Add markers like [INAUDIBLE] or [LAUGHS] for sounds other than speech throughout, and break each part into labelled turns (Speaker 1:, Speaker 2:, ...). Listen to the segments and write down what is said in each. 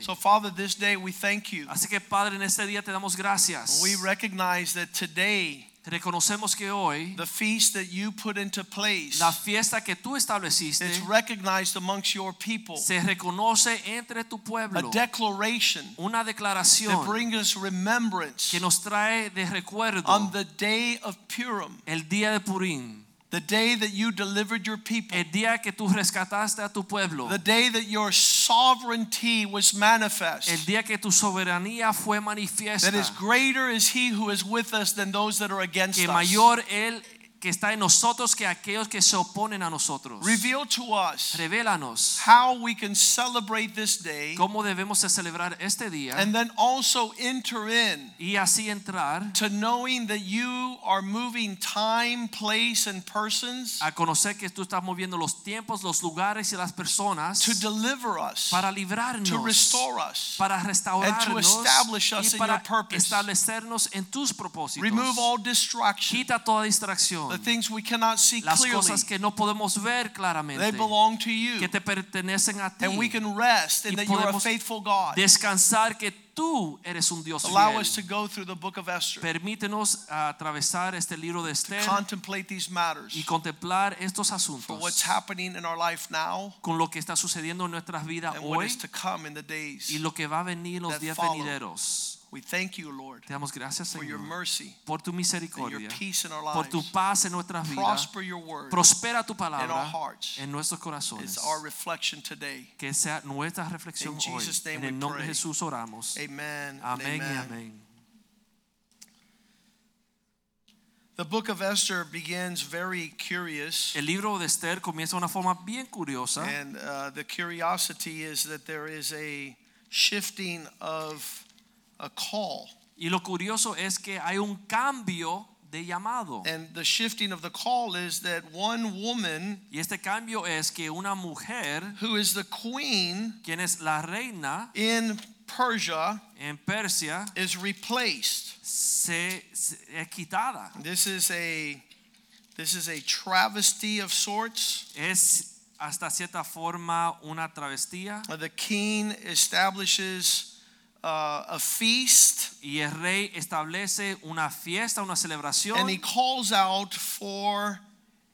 Speaker 1: So, Father, this day we thank you.
Speaker 2: Así que Padre, en este día te damos gracias.
Speaker 1: We recognize that today,
Speaker 2: Reconocemos que hoy
Speaker 1: the feast that you put into place,
Speaker 2: la fiesta que tú estableciste
Speaker 1: it's recognized amongst your people.
Speaker 2: se reconoce entre tu
Speaker 1: A
Speaker 2: pueblo.
Speaker 1: declaration
Speaker 2: Una
Speaker 1: that
Speaker 2: declaración
Speaker 1: brings us remembrance
Speaker 2: que nos trae de
Speaker 1: on
Speaker 2: recuerdo
Speaker 1: the day of Purim,
Speaker 2: el día de Purim,
Speaker 1: the day that you delivered your people,
Speaker 2: el día que tú rescataste a tu pueblo,
Speaker 1: the day that your sovereignty was
Speaker 2: el
Speaker 1: manifest.
Speaker 2: día que tu soberanía fue
Speaker 1: That is
Speaker 2: manifiesta,
Speaker 1: greater is He who is with us than those that are against
Speaker 2: que
Speaker 1: us.
Speaker 2: mayor Él que está en nosotros que aquellos que se oponen a nosotros.
Speaker 1: Reveal to us
Speaker 2: Revélanos
Speaker 1: how we can celebrate this day.
Speaker 2: cómo debemos de celebrar este día
Speaker 1: and then also enter in
Speaker 2: y así entrar
Speaker 1: to knowing that you are moving time, place, and persons
Speaker 2: a conocer que tú estás moviendo los tiempos, los lugares y las personas
Speaker 1: to deliver us,
Speaker 2: para
Speaker 1: to
Speaker 2: librarnos,
Speaker 1: restore us.
Speaker 2: para restaurarnos
Speaker 1: establish us
Speaker 2: y
Speaker 1: in your
Speaker 2: para
Speaker 1: purpose.
Speaker 2: establecernos en tus propósitos.
Speaker 1: Remove all distraction,
Speaker 2: Quita toda
Speaker 1: the
Speaker 2: distracción,
Speaker 1: things we cannot see
Speaker 2: las
Speaker 1: clearly.
Speaker 2: cosas que no podemos ver
Speaker 1: They
Speaker 2: claramente,
Speaker 1: belong to
Speaker 2: que
Speaker 1: you,
Speaker 2: te pertenecen a ti.
Speaker 1: and we can rest in
Speaker 2: Y
Speaker 1: that you are a
Speaker 2: podemos
Speaker 1: faithful God.
Speaker 2: Descansar que tú eres un Dios
Speaker 1: Allow us to
Speaker 2: fiel.
Speaker 1: go through the book of Esther,
Speaker 2: Permítenos atravesar este libro de Esther
Speaker 1: contemplate these
Speaker 2: y
Speaker 1: matters
Speaker 2: contemplar estos
Speaker 1: for
Speaker 2: asuntos
Speaker 1: what's happening in our life now
Speaker 2: con lo que está sucediendo en nuestras vidas
Speaker 1: and what
Speaker 2: hoy
Speaker 1: is to come in the
Speaker 2: y
Speaker 1: days.
Speaker 2: lo que va a venir los
Speaker 1: that
Speaker 2: días
Speaker 1: follow.
Speaker 2: venideros.
Speaker 1: We thank you, Lord,
Speaker 2: Te damos gracias,
Speaker 1: for your
Speaker 2: Señor,
Speaker 1: mercy
Speaker 2: por tu
Speaker 1: and your
Speaker 2: misericordia,
Speaker 1: peace in our
Speaker 2: por
Speaker 1: lives.
Speaker 2: tu paz en nuestras vidas.
Speaker 1: prosper your word
Speaker 2: Prospera tu
Speaker 1: in our
Speaker 2: palabra
Speaker 1: hearts.
Speaker 2: en nuestros
Speaker 1: It's
Speaker 2: corazones.
Speaker 1: our reflection today.
Speaker 2: Que sea nuestra reflexión
Speaker 1: In
Speaker 2: hoy.
Speaker 1: Jesus' name
Speaker 2: En
Speaker 1: we
Speaker 2: el nombre de
Speaker 1: pray.
Speaker 2: Jesús oramos.
Speaker 1: Amen. and
Speaker 2: Amén y
Speaker 1: amen.
Speaker 2: amén.
Speaker 1: The book of Esther begins very curious,
Speaker 2: El libro de Esther comienza de una forma bien curiosa.
Speaker 1: and uh, the curiosity is that there is a shifting of a call,
Speaker 2: Y lo curioso es que hay un cambio de llamado.
Speaker 1: and the shifting of the call is that one woman
Speaker 2: Y este cambio es que una mujer,
Speaker 1: who is the queen
Speaker 2: quien es la reina
Speaker 1: in Persia
Speaker 2: en Persia,
Speaker 1: is replaced.
Speaker 2: se, se- es quitada.
Speaker 1: This is a this is a travesty of sorts.
Speaker 2: es hasta cierta forma una travestía
Speaker 1: Uh, The king establishes uh, a feast
Speaker 2: y el rey establece una fiesta, una celebración
Speaker 1: and he calls out for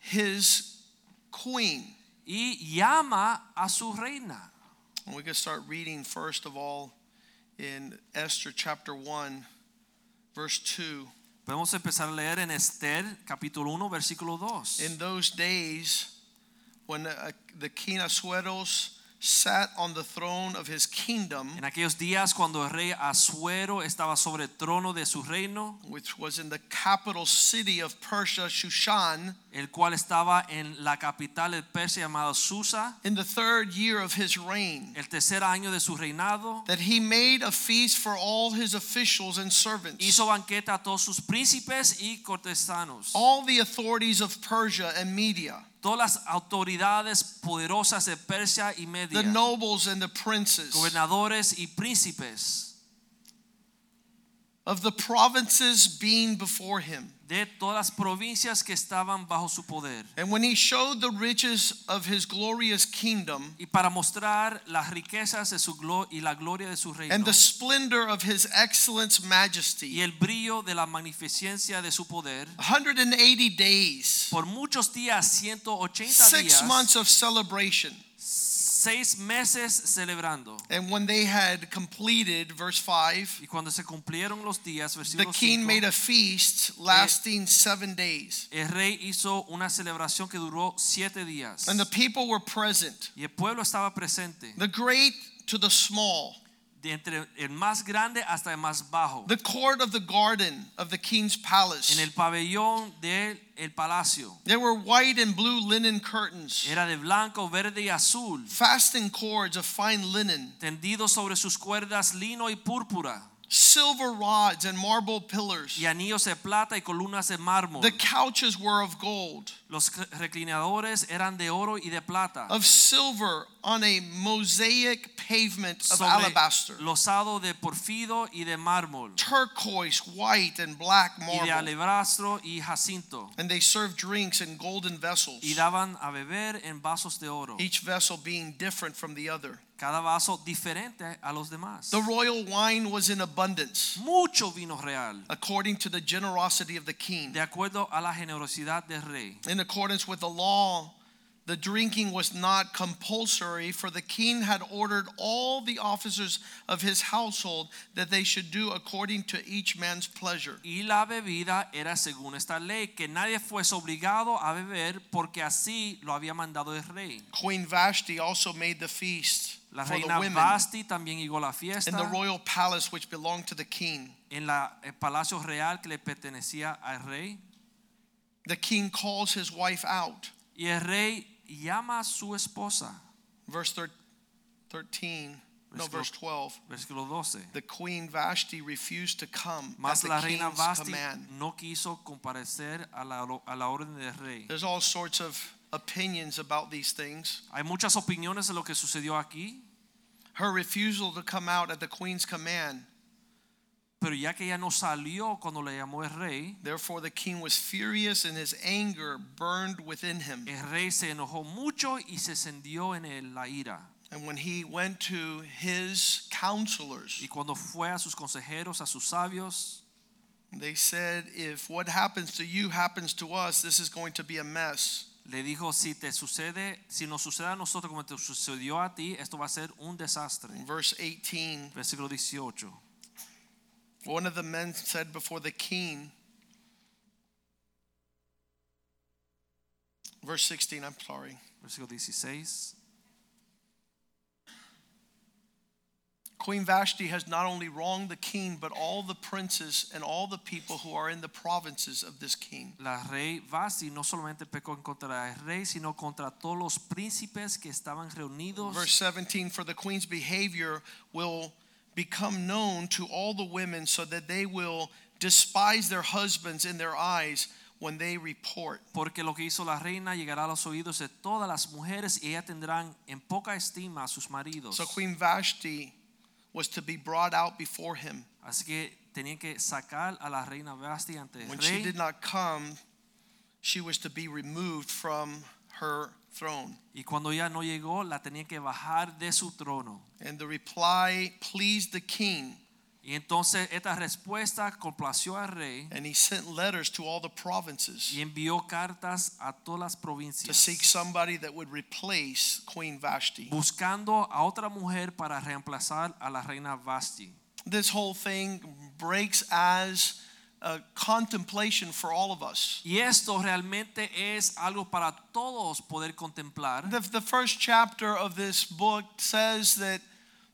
Speaker 1: his queen.
Speaker 2: y llama a su reina.
Speaker 1: And we can start reading first of all in Esther chapter 1, verse 2.
Speaker 2: Podemos empezar a leer en Esther capítulo 1 versículo 2.
Speaker 1: In those days, when uh, the king Asueros sat on the throne of his kingdom,
Speaker 2: En aquellos días cuando el rey Asuero estaba sobre el trono de su reino,
Speaker 1: which was in the capital city of Persia, Shushan,
Speaker 2: el cual estaba en la capital de Persia llamada Susa,
Speaker 1: in the third year of his reign.
Speaker 2: el tercer año de su reinado,
Speaker 1: that he made a feast for all his officials and servants,
Speaker 2: hizo banqueta a todos sus príncipes y cortesanos.
Speaker 1: all the authorities of Persia and Media,
Speaker 2: todas las autoridades poderosas de Persia y Media,
Speaker 1: the nobles and the princes
Speaker 2: gobernadores y príncipes
Speaker 1: of the provinces being before him.
Speaker 2: de todas las provincias que estaban bajo su poder.
Speaker 1: And when he showed the riches of his glorious kingdom
Speaker 2: Y para mostrar las riquezas de su glo- y la gloria de su reino
Speaker 1: and the splendor of his excellence
Speaker 2: y
Speaker 1: majesty,
Speaker 2: el brillo de la magnificencia de su poder,
Speaker 1: 180 days,
Speaker 2: por muchos días, 180
Speaker 1: six
Speaker 2: días,
Speaker 1: months of celebration.
Speaker 2: seis meses celebrando.
Speaker 1: And when they had completed, verse 5,
Speaker 2: Y cuando se cumplieron los días,
Speaker 1: the
Speaker 2: versículo
Speaker 1: king
Speaker 2: cinco,
Speaker 1: made a feast lasting seven days.
Speaker 2: el rey hizo una celebración que duró siete días.
Speaker 1: And the people were present,
Speaker 2: Y el pueblo estaba presente.
Speaker 1: the great to the small,
Speaker 2: de entre el más grande hasta el más bajo,
Speaker 1: the court of the garden of the king's palace.
Speaker 2: en el pabellón del el palacio.
Speaker 1: There were white and blue linen curtains,
Speaker 2: Era de blanco, verde y azul,
Speaker 1: fasting cords of fine linen,
Speaker 2: tendidos sobre sus cuerdas lino y púrpura,
Speaker 1: silver rods and marble pillars.
Speaker 2: y anillos de plata y columnas de mármol.
Speaker 1: The couches were of gold,
Speaker 2: Los cre- reclinadores eran de oro y de plata.
Speaker 1: of silver on a mosaic pavement of alabaster,
Speaker 2: losado de porfido y de mármol
Speaker 1: turquoise, white, and black
Speaker 2: y de
Speaker 1: marble.
Speaker 2: alabastro y jacinto
Speaker 1: And they served drinks in golden vessels,
Speaker 2: y daban a beber en vasos de oro
Speaker 1: each vessel being different from the other.
Speaker 2: cada vaso diferente a los demás
Speaker 1: The royal wine was in abundance,
Speaker 2: mucho vino real
Speaker 1: according to the generosity of the king.
Speaker 2: de acuerdo a la generosidad del rey
Speaker 1: In accordance with the law, the drinking was not compulsory, for the king had ordered all the officers of his household that they should do according to each man's pleasure.
Speaker 2: y la bebida era según esta ley que nadie fuese obligado a beber porque así lo había mandado el rey
Speaker 1: Queen Vashti also made the feast
Speaker 2: la
Speaker 1: for the
Speaker 2: reina
Speaker 1: women
Speaker 2: Vasti también higó la
Speaker 1: in the
Speaker 2: fiesta
Speaker 1: royal palace which belonged to the king.
Speaker 2: en la, el palacio real que le pertenecía al rey
Speaker 1: The king calls his wife out.
Speaker 2: y el rey llama a su esposa
Speaker 1: Verse thir- 13, no,
Speaker 2: Let's go.
Speaker 1: verse 12.
Speaker 2: versículo 12
Speaker 1: The queen Vashti refused to come at
Speaker 2: Mas
Speaker 1: the
Speaker 2: la reina
Speaker 1: king's
Speaker 2: Vasti
Speaker 1: command.
Speaker 2: no quiso comparecer a la, ro- a la orden del rey.
Speaker 1: There's all sorts of opinions about these things.
Speaker 2: Hay muchas opiniones de lo que sucedió aquí,
Speaker 1: Her refusal to come out at the queen's command.
Speaker 2: pero ya que ella no salió cuando le llamó el rey,
Speaker 1: Therefore, the king was furious, and his anger burned within him.
Speaker 2: el rey se enojó mucho y se encendió en él la ira.
Speaker 1: And when he went to his counselors,
Speaker 2: Y cuando fue a sus consejeros, a sus sabios,
Speaker 1: they said, If what happens to you happens to us, this is going to be a mess.
Speaker 2: le dijo, si te sucede, si nos sucede a nosotros como te sucedió a ti, esto va a ser un desastre.
Speaker 1: Verse 18
Speaker 2: Versículo 18.
Speaker 1: One of the men said before the king, verse 16, I'm sorry.
Speaker 2: Versículo 16.
Speaker 1: Queen Vashti has not only wronged the king, but all the princes and all the people who are in the provinces of this king.
Speaker 2: La rey Vasti no solamente pecó en contra del rey, sino contra todos los príncipes que estaban reunidos.
Speaker 1: Verse 17 For the queen's behavior will become known to all the women, so that they will despise their husbands in their eyes when they report.
Speaker 2: Porque lo que hizo la reina llegará a los oídos de todas las mujeres y ellas tendrán en poca estima a sus maridos.
Speaker 1: So Queen Vashti was to be brought out before him.
Speaker 2: Así que tenían que sacar a la reina Vasti ante el
Speaker 1: When she
Speaker 2: rey
Speaker 1: did not come, she was to be removed from her throne.
Speaker 2: y cuando ella no llegó la tenían que bajar de su trono.
Speaker 1: And the reply pleased the king,
Speaker 2: Y entonces esta respuesta complació al rey
Speaker 1: and he sent letters to all the provinces
Speaker 2: y envió cartas a todas las
Speaker 1: to
Speaker 2: provincias
Speaker 1: seek somebody that would replace Queen Vashti.
Speaker 2: buscando a otra mujer para reemplazar a la reina Vasti.
Speaker 1: This whole thing breaks as a contemplation for all of us.
Speaker 2: Y esto realmente es algo para todos poder contemplar.
Speaker 1: The, the first chapter of this book says that,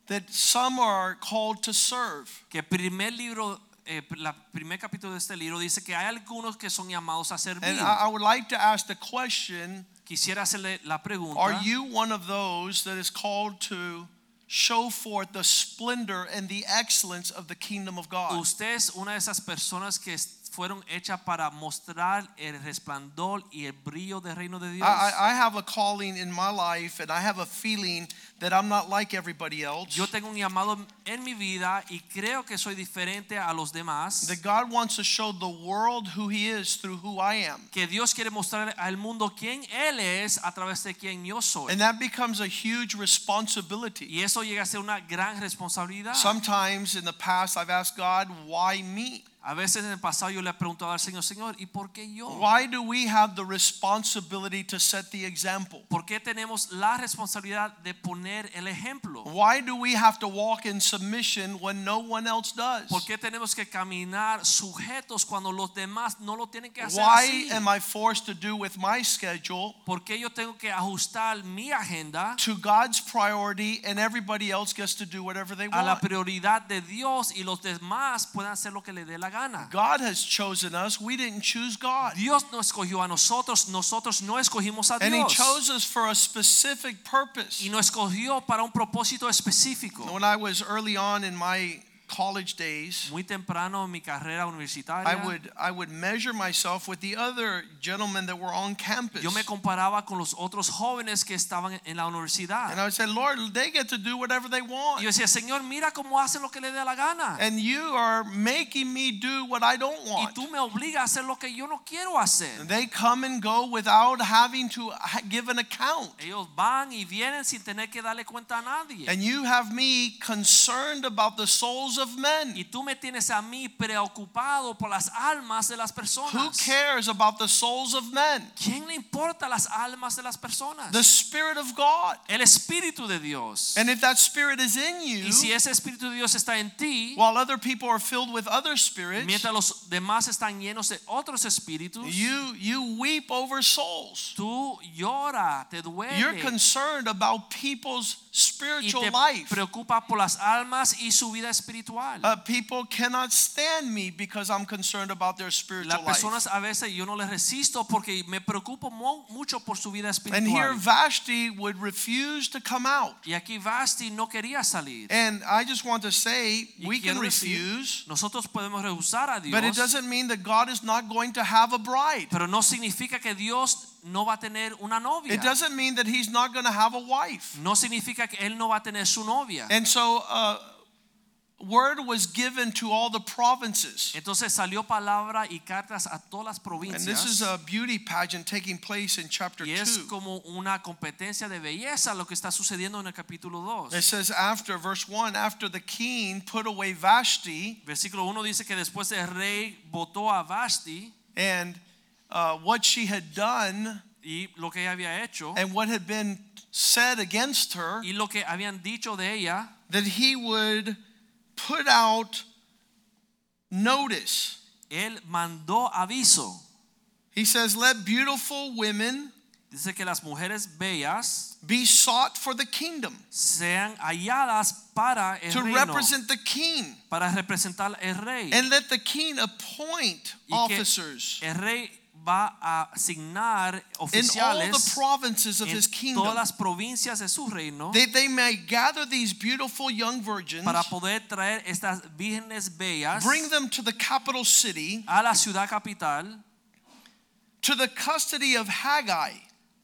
Speaker 1: that some are called to serve.
Speaker 2: Que primer libro, eh, la primer capítulo de este libro dice que hay algunos que son llamados a servir.
Speaker 1: And uh, I, I would like to ask the question
Speaker 2: Quisiera hacerle la
Speaker 1: Are
Speaker 2: pregunta.
Speaker 1: you one of those that is called to show forth the splendor and the excellence of the kingdom of God?
Speaker 2: Usted es una de esas personas que es- fueron hechas para mostrar el resplandor y el brillo del reino de Dios.
Speaker 1: I, I I have a calling in my life, and I have a feeling that I'm not like everybody else.
Speaker 2: Yo tengo un llamado en mi vida y creo que soy diferente a los demás.
Speaker 1: That God wants to show the world who He is through who I am.
Speaker 2: que Dios quiere mostrar al mundo quién Él es a través de quién yo soy.
Speaker 1: And that becomes a huge responsibility.
Speaker 2: Y eso llega a ser una gran responsabilidad.
Speaker 1: Sometimes in the past, I've asked God, why me?
Speaker 2: A veces en el pasado yo le he preguntado al Señor, Señor, ¿y por qué yo?
Speaker 1: Why do we have the responsibility to set the example?
Speaker 2: ¿Por qué tenemos la responsabilidad de poner el ejemplo?
Speaker 1: Why do we have to walk in submission when no one else does?
Speaker 2: ¿Por qué tenemos que caminar sujetos cuando los demás no lo tienen que hacer
Speaker 1: Why
Speaker 2: así?
Speaker 1: am I forced to do with my schedule
Speaker 2: ¿Por qué yo tengo que ajustar mi agenda
Speaker 1: to God's priority and everybody else gets to do whatever they
Speaker 2: a la
Speaker 1: want?
Speaker 2: prioridad de Dios y los demás puedan hacer lo que le dé la gana?
Speaker 1: God has chosen us. We didn't choose God.
Speaker 2: Dios no escogió a nosotros, nosotros no escogimos a
Speaker 1: And He
Speaker 2: Dios.
Speaker 1: chose us for a specific purpose.
Speaker 2: y nos escogió para un propósito específico.
Speaker 1: When I was early on in my college days,
Speaker 2: Muy temprano en mi carrera
Speaker 1: I
Speaker 2: universitaria,
Speaker 1: would I would measure myself with the other gentlemen that were on campus.
Speaker 2: yo me comparaba con los otros jóvenes que estaban en la
Speaker 1: And
Speaker 2: universidad.
Speaker 1: I would say, Lord, they get to do whatever they
Speaker 2: Y
Speaker 1: want.
Speaker 2: yo decía, Señor, mira cómo hacen lo que le dé la gana.
Speaker 1: And you are making me do what I don't
Speaker 2: Y
Speaker 1: want.
Speaker 2: tú me obligas a hacer lo que yo no quiero hacer.
Speaker 1: And they come and go without having to ha- give an account.
Speaker 2: Ellos van y vienen sin tener que darle cuenta a nadie.
Speaker 1: And you have me concerned about the souls of men.
Speaker 2: Y tú me tienes a mí preocupado por las almas de las
Speaker 1: Who
Speaker 2: personas.
Speaker 1: cares about the souls of men?
Speaker 2: ¿Quién le importa las almas de las personas?
Speaker 1: The Spirit of God.
Speaker 2: El Espíritu de Dios.
Speaker 1: And if that Spirit is in
Speaker 2: Y si
Speaker 1: you,
Speaker 2: ese Espíritu de Dios está en ti,
Speaker 1: while other people are filled with other spirits,
Speaker 2: mientras los demás están llenos de otros espíritus,
Speaker 1: you, you weep over souls.
Speaker 2: tú llora, te
Speaker 1: You're
Speaker 2: duele
Speaker 1: concerned about people's
Speaker 2: y
Speaker 1: spiritual
Speaker 2: te
Speaker 1: life.
Speaker 2: preocupa por las almas y su vida espiritual.
Speaker 1: Uh, people cannot stand me because I'm concerned about their
Speaker 2: Las
Speaker 1: spiritual life.
Speaker 2: personas a veces yo no les resisto porque me preocupo mo- mucho por su vida
Speaker 1: And here
Speaker 2: espiritual.
Speaker 1: Vashti would refuse to come out.
Speaker 2: Y aquí Vasti no quería salir.
Speaker 1: And I just want to say,
Speaker 2: Y
Speaker 1: we can
Speaker 2: quiero decir,
Speaker 1: refuse.
Speaker 2: Nosotros podemos rehusar a
Speaker 1: But it
Speaker 2: Dios,
Speaker 1: doesn't mean that God is not going to have a bride.
Speaker 2: pero no significa que Dios no va a tener una novia.
Speaker 1: It doesn't mean that He's not going to have a wife.
Speaker 2: No significa que él no va a tener su novia.
Speaker 1: And so, uh, word was given to all the provinces.
Speaker 2: Entonces salió palabra y cartas a todas las
Speaker 1: And this
Speaker 2: provincias.
Speaker 1: is a beauty pageant taking place in chapter 2.
Speaker 2: Y es como una competencia de belleza lo que está sucediendo en el capítulo
Speaker 1: It
Speaker 2: 2.
Speaker 1: says, after verse 1, after the king put away Vashti,
Speaker 2: Versículo 1 dice que después el rey votó a Vashti
Speaker 1: and uh, what she had done
Speaker 2: y lo que ella había hecho
Speaker 1: and what had been said against her,
Speaker 2: y lo que habían dicho de ella,
Speaker 1: that he would put out notice.
Speaker 2: él mandó aviso.
Speaker 1: He says, Let beautiful women
Speaker 2: Dice que las mujeres bellas
Speaker 1: be sought for the kingdom,
Speaker 2: sean halladas para el
Speaker 1: to
Speaker 2: reino,
Speaker 1: represent the king,
Speaker 2: para representar el rey.
Speaker 1: and let the king appoint
Speaker 2: Y que
Speaker 1: officers
Speaker 2: El rey va a asignar
Speaker 1: in all the
Speaker 2: oficiales
Speaker 1: provinces of his
Speaker 2: en
Speaker 1: kingdom,
Speaker 2: todas las provincias de su reino
Speaker 1: that they may gather these beautiful young virgins,
Speaker 2: para poder traer estas vírgenes bellas
Speaker 1: bring them to the capital city,
Speaker 2: a la ciudad capital,
Speaker 1: to the custody of Haggai,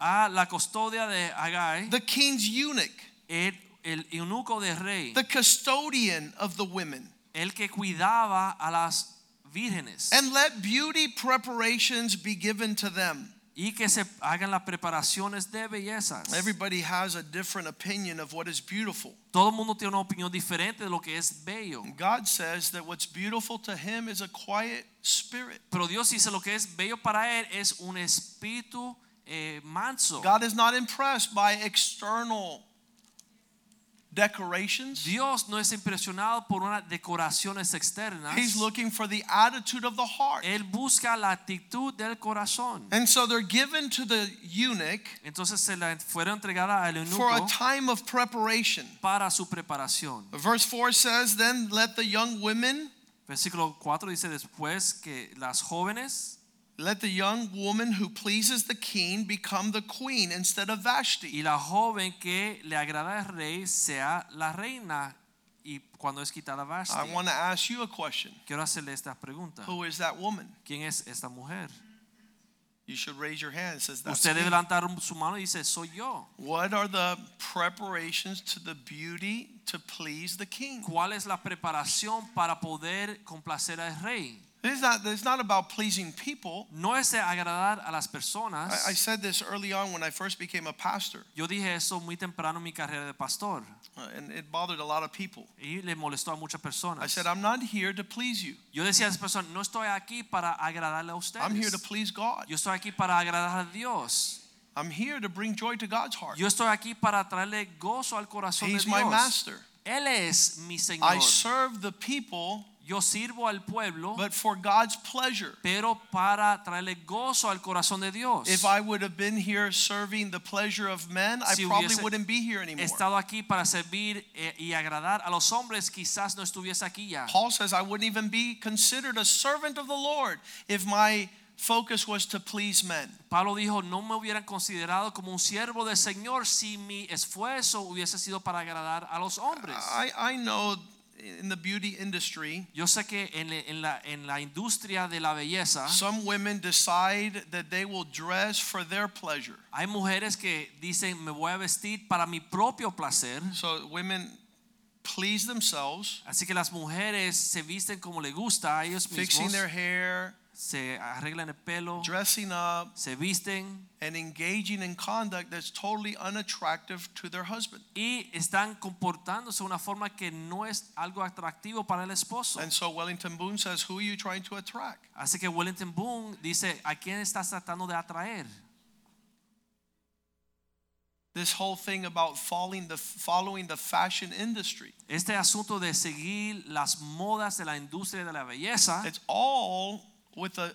Speaker 2: a la custodia de Agai,
Speaker 1: the king's eunuch,
Speaker 2: el, el eunuco del rey,
Speaker 1: the custodian of the women.
Speaker 2: el que cuidaba a las vírgenes,
Speaker 1: And let beauty preparations be given to them.
Speaker 2: y que se hagan las preparaciones de bellezas.
Speaker 1: Everybody has a different opinion of what is beautiful.
Speaker 2: Todo el mundo tiene una opinión diferente de lo que es bello.
Speaker 1: God says that what's beautiful to him is a quiet spirit.
Speaker 2: Pero Dios dice lo que es bello para él es un espíritu eh, manso.
Speaker 1: God is not impressed by external decorations.
Speaker 2: Dios no es impresionado por unas decoraciones externas.
Speaker 1: He's looking for the attitude of the heart.
Speaker 2: Él busca la actitud del corazón.
Speaker 1: And so they're given to the eunuch
Speaker 2: Entonces se la fueron entregadas al
Speaker 1: for a
Speaker 2: eunuco
Speaker 1: time of preparation.
Speaker 2: para su preparación.
Speaker 1: Verse 4 says, Then let the young women,
Speaker 2: Versículo 4 dice después que las jóvenes
Speaker 1: let the young woman who pleases the king become the queen instead of Vashti.
Speaker 2: y la joven que le agrada al rey sea la reina y cuando es quitada
Speaker 1: I
Speaker 2: Vashti.
Speaker 1: want to ask you a question.
Speaker 2: Quiero hacerle esta pregunta.
Speaker 1: Who is that woman?
Speaker 2: ¿Quién es esta mujer?
Speaker 1: You should raise your hand. It says that's
Speaker 2: Usted
Speaker 1: me.
Speaker 2: debe levantar su mano y dice, soy yo.
Speaker 1: What are the preparations to the beauty to please the king?
Speaker 2: ¿Cuál es la preparación para poder complacer al rey?
Speaker 1: It's not, it's not about pleasing people.
Speaker 2: No es de agradar a las
Speaker 1: I,
Speaker 2: personas.
Speaker 1: I said this early on when I first became a pastor,
Speaker 2: Yo dije eso muy temprano en mi carrera de pastor
Speaker 1: uh, and it bothered a lot of people.
Speaker 2: y le molestó a muchas
Speaker 1: I
Speaker 2: personas.
Speaker 1: said, I'm not here to please you.
Speaker 2: Yo decía a las personas, no estoy aquí para agradarle a
Speaker 1: I'm here
Speaker 2: ustedes.
Speaker 1: to please God.
Speaker 2: Yo estoy aquí para agradar a Dios.
Speaker 1: I'm here to bring joy to God's heart.
Speaker 2: Yo estoy aquí para traerle gozo al corazón
Speaker 1: He's
Speaker 2: de
Speaker 1: my
Speaker 2: Dios.
Speaker 1: master.
Speaker 2: Él es mi Señor.
Speaker 1: I serve the people,
Speaker 2: Yo sirvo al pueblo,
Speaker 1: but for God's pleasure.
Speaker 2: pero para traerle gozo al corazón de Dios.
Speaker 1: If I would have been here serving the pleasure of men, I
Speaker 2: Si
Speaker 1: probably
Speaker 2: hubiese
Speaker 1: wouldn't be here
Speaker 2: he
Speaker 1: anymore.
Speaker 2: estado aquí para servir eh, y agradar a los hombres, quizás no estuviese aquí ya.
Speaker 1: Paul says, I wouldn't even be considered a servant of the Lord if my focus was to please men.
Speaker 2: Pablo dijo, no me hubieran considerado como un siervo del Señor si mi esfuerzo hubiese sido para agradar a los hombres.
Speaker 1: I, I know in the beauty industry,
Speaker 2: Yo sé que en, le- en la, en la industria de la belleza
Speaker 1: some women decide that they will dress for their pleasure.
Speaker 2: hay mujeres que dicen me voy a vestir para mi propio placer.
Speaker 1: So women please themselves,
Speaker 2: Así que las mujeres se visten como les gusta a ellos
Speaker 1: fixing
Speaker 2: mismos,
Speaker 1: their hair,
Speaker 2: Uh-huh. se arreglan el pelo,
Speaker 1: dressing up,
Speaker 2: se visten
Speaker 1: and engaging in conduct that's totally unattractive to their husband.
Speaker 2: y están comportándose de una forma que no es algo atractivo para el esposo.
Speaker 1: And so Wellington Boone says, Who are you trying to attract?
Speaker 2: Así que Wellington Boone dice, ¿a quién estás tratando de atraer?
Speaker 1: This whole thing about following the, following the fashion industry.
Speaker 2: Este asunto de seguir las modas de la industria de la belleza,
Speaker 1: It's all with an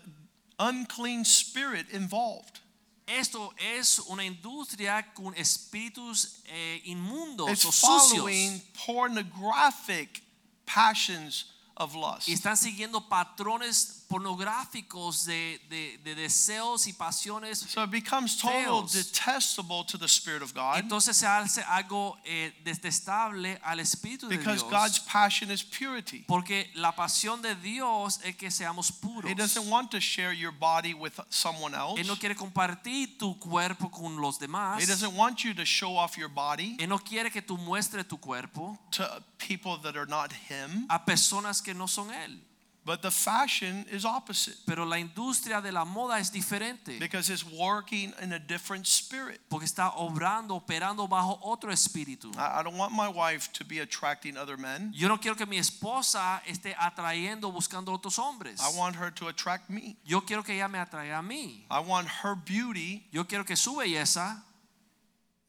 Speaker 1: unclean spirit involved.
Speaker 2: esto es una industria con espíritus eh, inmundos
Speaker 1: It's
Speaker 2: o sucios.
Speaker 1: following pornographic passions of lust.
Speaker 2: Y están siguiendo patrones pornográficos de, de- de deseos y pasiones.
Speaker 1: So it becomes total
Speaker 2: fails.
Speaker 1: detestable to the Spirit of God
Speaker 2: Entonces se hace algo eh, detestable al Espíritu de
Speaker 1: because
Speaker 2: Dios.
Speaker 1: God's passion is purity.
Speaker 2: porque la pasión de Dios es que seamos puros.
Speaker 1: He doesn't want to share your body with someone else.
Speaker 2: Él no quiere compartir tu cuerpo con los demás.
Speaker 1: He doesn't want you to show off your body
Speaker 2: Él no quiere que tú muestres tu cuerpo
Speaker 1: to people that are not Him.
Speaker 2: a personas que no son Él.
Speaker 1: But the fashion is opposite
Speaker 2: Pero la industria de la moda es diferente
Speaker 1: because it's working in a different spirit.
Speaker 2: porque está obrando, operando bajo otro espíritu.
Speaker 1: I I don't want my wife to be attracting other men.
Speaker 2: Yo no quiero que mi esposa esté atrayendo, buscando otros hombres.
Speaker 1: I want her to attract me.
Speaker 2: Yo quiero que ella me atraiga a mí.
Speaker 1: I want her beauty
Speaker 2: Yo quiero que su belleza,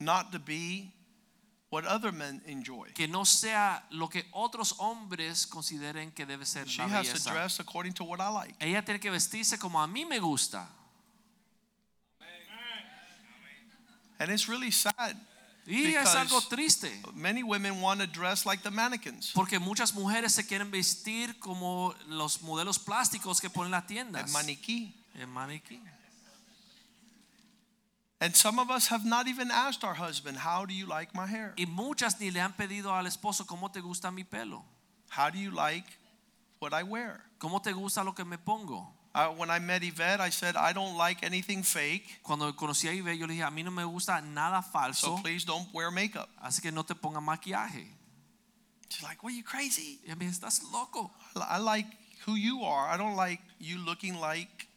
Speaker 1: not to be what other men enjoy.
Speaker 2: que no sea lo que otros hombres consideren que debe ser
Speaker 1: She
Speaker 2: la
Speaker 1: has to
Speaker 2: belleza.
Speaker 1: dress according to what I like.
Speaker 2: Ella tiene que vestirse como a mí me gusta.
Speaker 1: And it's really sad.
Speaker 2: Y es
Speaker 1: Because-
Speaker 2: algo triste.
Speaker 1: Many women want to dress like the mannequins.
Speaker 2: Porque muchas mujeres se quieren vestir como los modelos plásticos que ponen las
Speaker 1: And
Speaker 2: tiendas.
Speaker 1: maniquí.
Speaker 2: El maniquí.
Speaker 1: And some of us have not even asked our husband, How do you like my hair?
Speaker 2: Y muchas ni le han pedido al esposo cómo te gusta mi pelo,
Speaker 1: How do you like what I wear?
Speaker 2: cómo te gusta lo que me pongo.
Speaker 1: I, when I met Yvette, I said, I don't like anything fake,
Speaker 2: Cuando conocí a Ibe, yo le dije, a mí no me gusta nada
Speaker 1: so
Speaker 2: falso,
Speaker 1: please don't wear makeup.
Speaker 2: así que no te ponga maquillaje.
Speaker 1: She's like, Well, you crazy.
Speaker 2: Y a mí, estás loco.
Speaker 1: I like who you are. I don't like you looking like.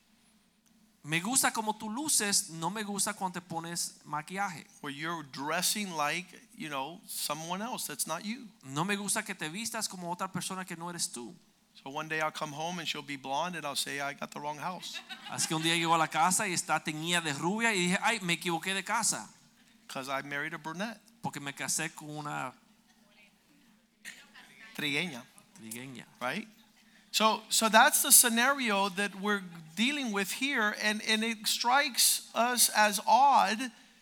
Speaker 2: Me gusta como tú luces, no me gusta cuando te pones maquillaje.
Speaker 1: Where you're dressing like, you know, someone else that's not you.
Speaker 2: No me gusta que te vistas como otra persona que no eres tú.
Speaker 1: So one day I'll come home and she'll be blonde and I'll say, I got the wrong house
Speaker 2: Así que un día llegó a la casa y está teñida de rubia y dije, ay, me equivoqué de casa.
Speaker 1: because I married a brunette,
Speaker 2: porque me casé con una
Speaker 1: trigueña,
Speaker 2: trigueña.
Speaker 1: right? So, so that's the scenario that we're dealing with here, and, and it strikes us as odd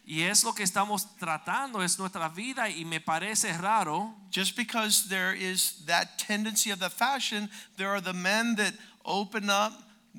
Speaker 2: Y es lo que estamos tratando, es nuestra vida y me parece raro
Speaker 1: just because there is that tendency of the fashion. There are the men that open up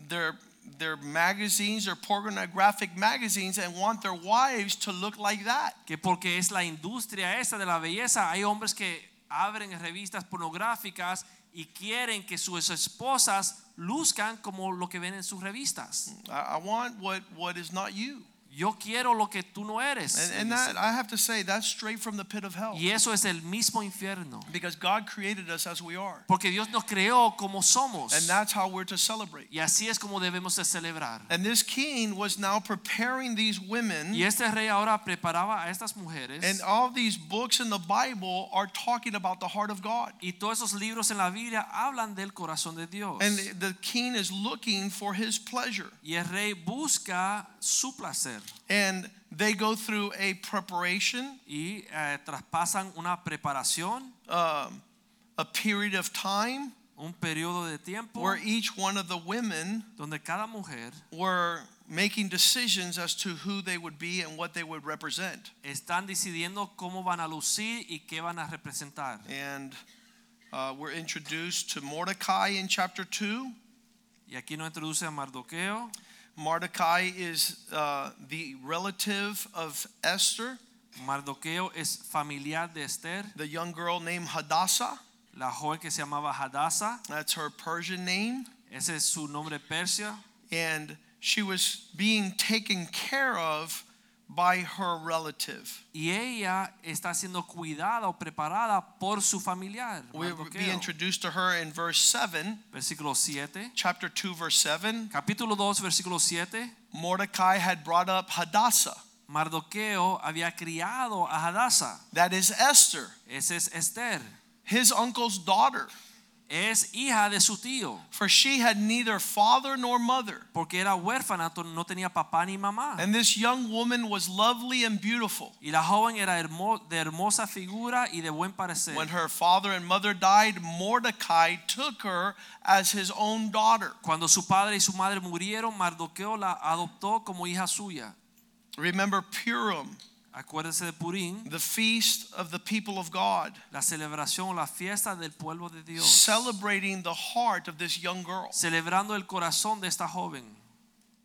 Speaker 1: their their magazines, their pornographic magazines, and want their wives to look like that.
Speaker 2: que porque es la industria esa de la belleza, hay hombres que abren revistas pornográficas y quieren que sus esposas luzcan como lo que ven en sus revistas.
Speaker 1: I, I want what what is not you,
Speaker 2: Yo quiero lo que tú no eres.
Speaker 1: and,
Speaker 2: le
Speaker 1: and
Speaker 2: dicen.
Speaker 1: that I have to say that's straight from the pit of hell.
Speaker 2: y eso es el mismo infierno,
Speaker 1: Because God created us as we are.
Speaker 2: porque Dios nos creó como somos.
Speaker 1: And that's how we're to celebrate.
Speaker 2: Y así es como debemos de celebrar.
Speaker 1: And this king was now preparing these
Speaker 2: Y
Speaker 1: women.
Speaker 2: este rey ahora preparaba a estas mujeres.
Speaker 1: And uh, all these books in the Bible are talking about the heart of God.
Speaker 2: Y todos esos libros en la Biblia hablan del corazón de Dios.
Speaker 1: And the king is looking for his pleasure.
Speaker 2: y el rey busca su placer
Speaker 1: And they go through a preparation,
Speaker 2: y eh, traspasan una preparación,
Speaker 1: um, a period of time
Speaker 2: un periodo de tiempo
Speaker 1: where each one of the women
Speaker 2: donde cada mujer
Speaker 1: were making decisions as to who they would be and what they would represent.
Speaker 2: están decidiendo cómo van a lucir y qué van a representar.
Speaker 1: And uh, we're introduced to Mordecai in chapter 2.
Speaker 2: Y aquí nos introduce a Mardoqueo.
Speaker 1: Mordecai is uh, the relative of Esther,
Speaker 2: Mardoqueo es familiar de Esther,
Speaker 1: the young girl named Hadassah.
Speaker 2: la joven que se llamaba Hadassah,
Speaker 1: That's her Persian name.
Speaker 2: ese es su nombre persia,
Speaker 1: And she was being taken care of by her relative.
Speaker 2: y ella está siendo cuidada o preparada por su familiar.
Speaker 1: We will be
Speaker 2: Mardoqueo.
Speaker 1: introduced to her in verse 7,
Speaker 2: Versículo 7.
Speaker 1: chapter 2, verse 7.
Speaker 2: Capítulo 2, versículo 7.
Speaker 1: Mordecai had brought up Hadassah,
Speaker 2: Mardoqueo había criado a Hadassah.
Speaker 1: that is Esther,
Speaker 2: Ese es Esther.
Speaker 1: his uncle's daughter,
Speaker 2: Es hija de su tío,
Speaker 1: for she had neither father nor mother.
Speaker 2: porque era huérfana, to- no tenía papá ni mamá.
Speaker 1: And this young woman was lovely and beautiful.
Speaker 2: Y la joven era hermo- de hermosa figura y de buen parecer.
Speaker 1: When her father and mother died, Mordecai took her as his own daughter.
Speaker 2: Cuando su padre y su madre murieron, Mardoqueo la adoptó como hija suya.
Speaker 1: Remember Purim,
Speaker 2: Acuérdense de Purim,
Speaker 1: the feast of the people of God,
Speaker 2: la celebración o la fiesta del pueblo de Dios,
Speaker 1: celebrating the heart of this young girl.
Speaker 2: celebrando el corazón de esta joven.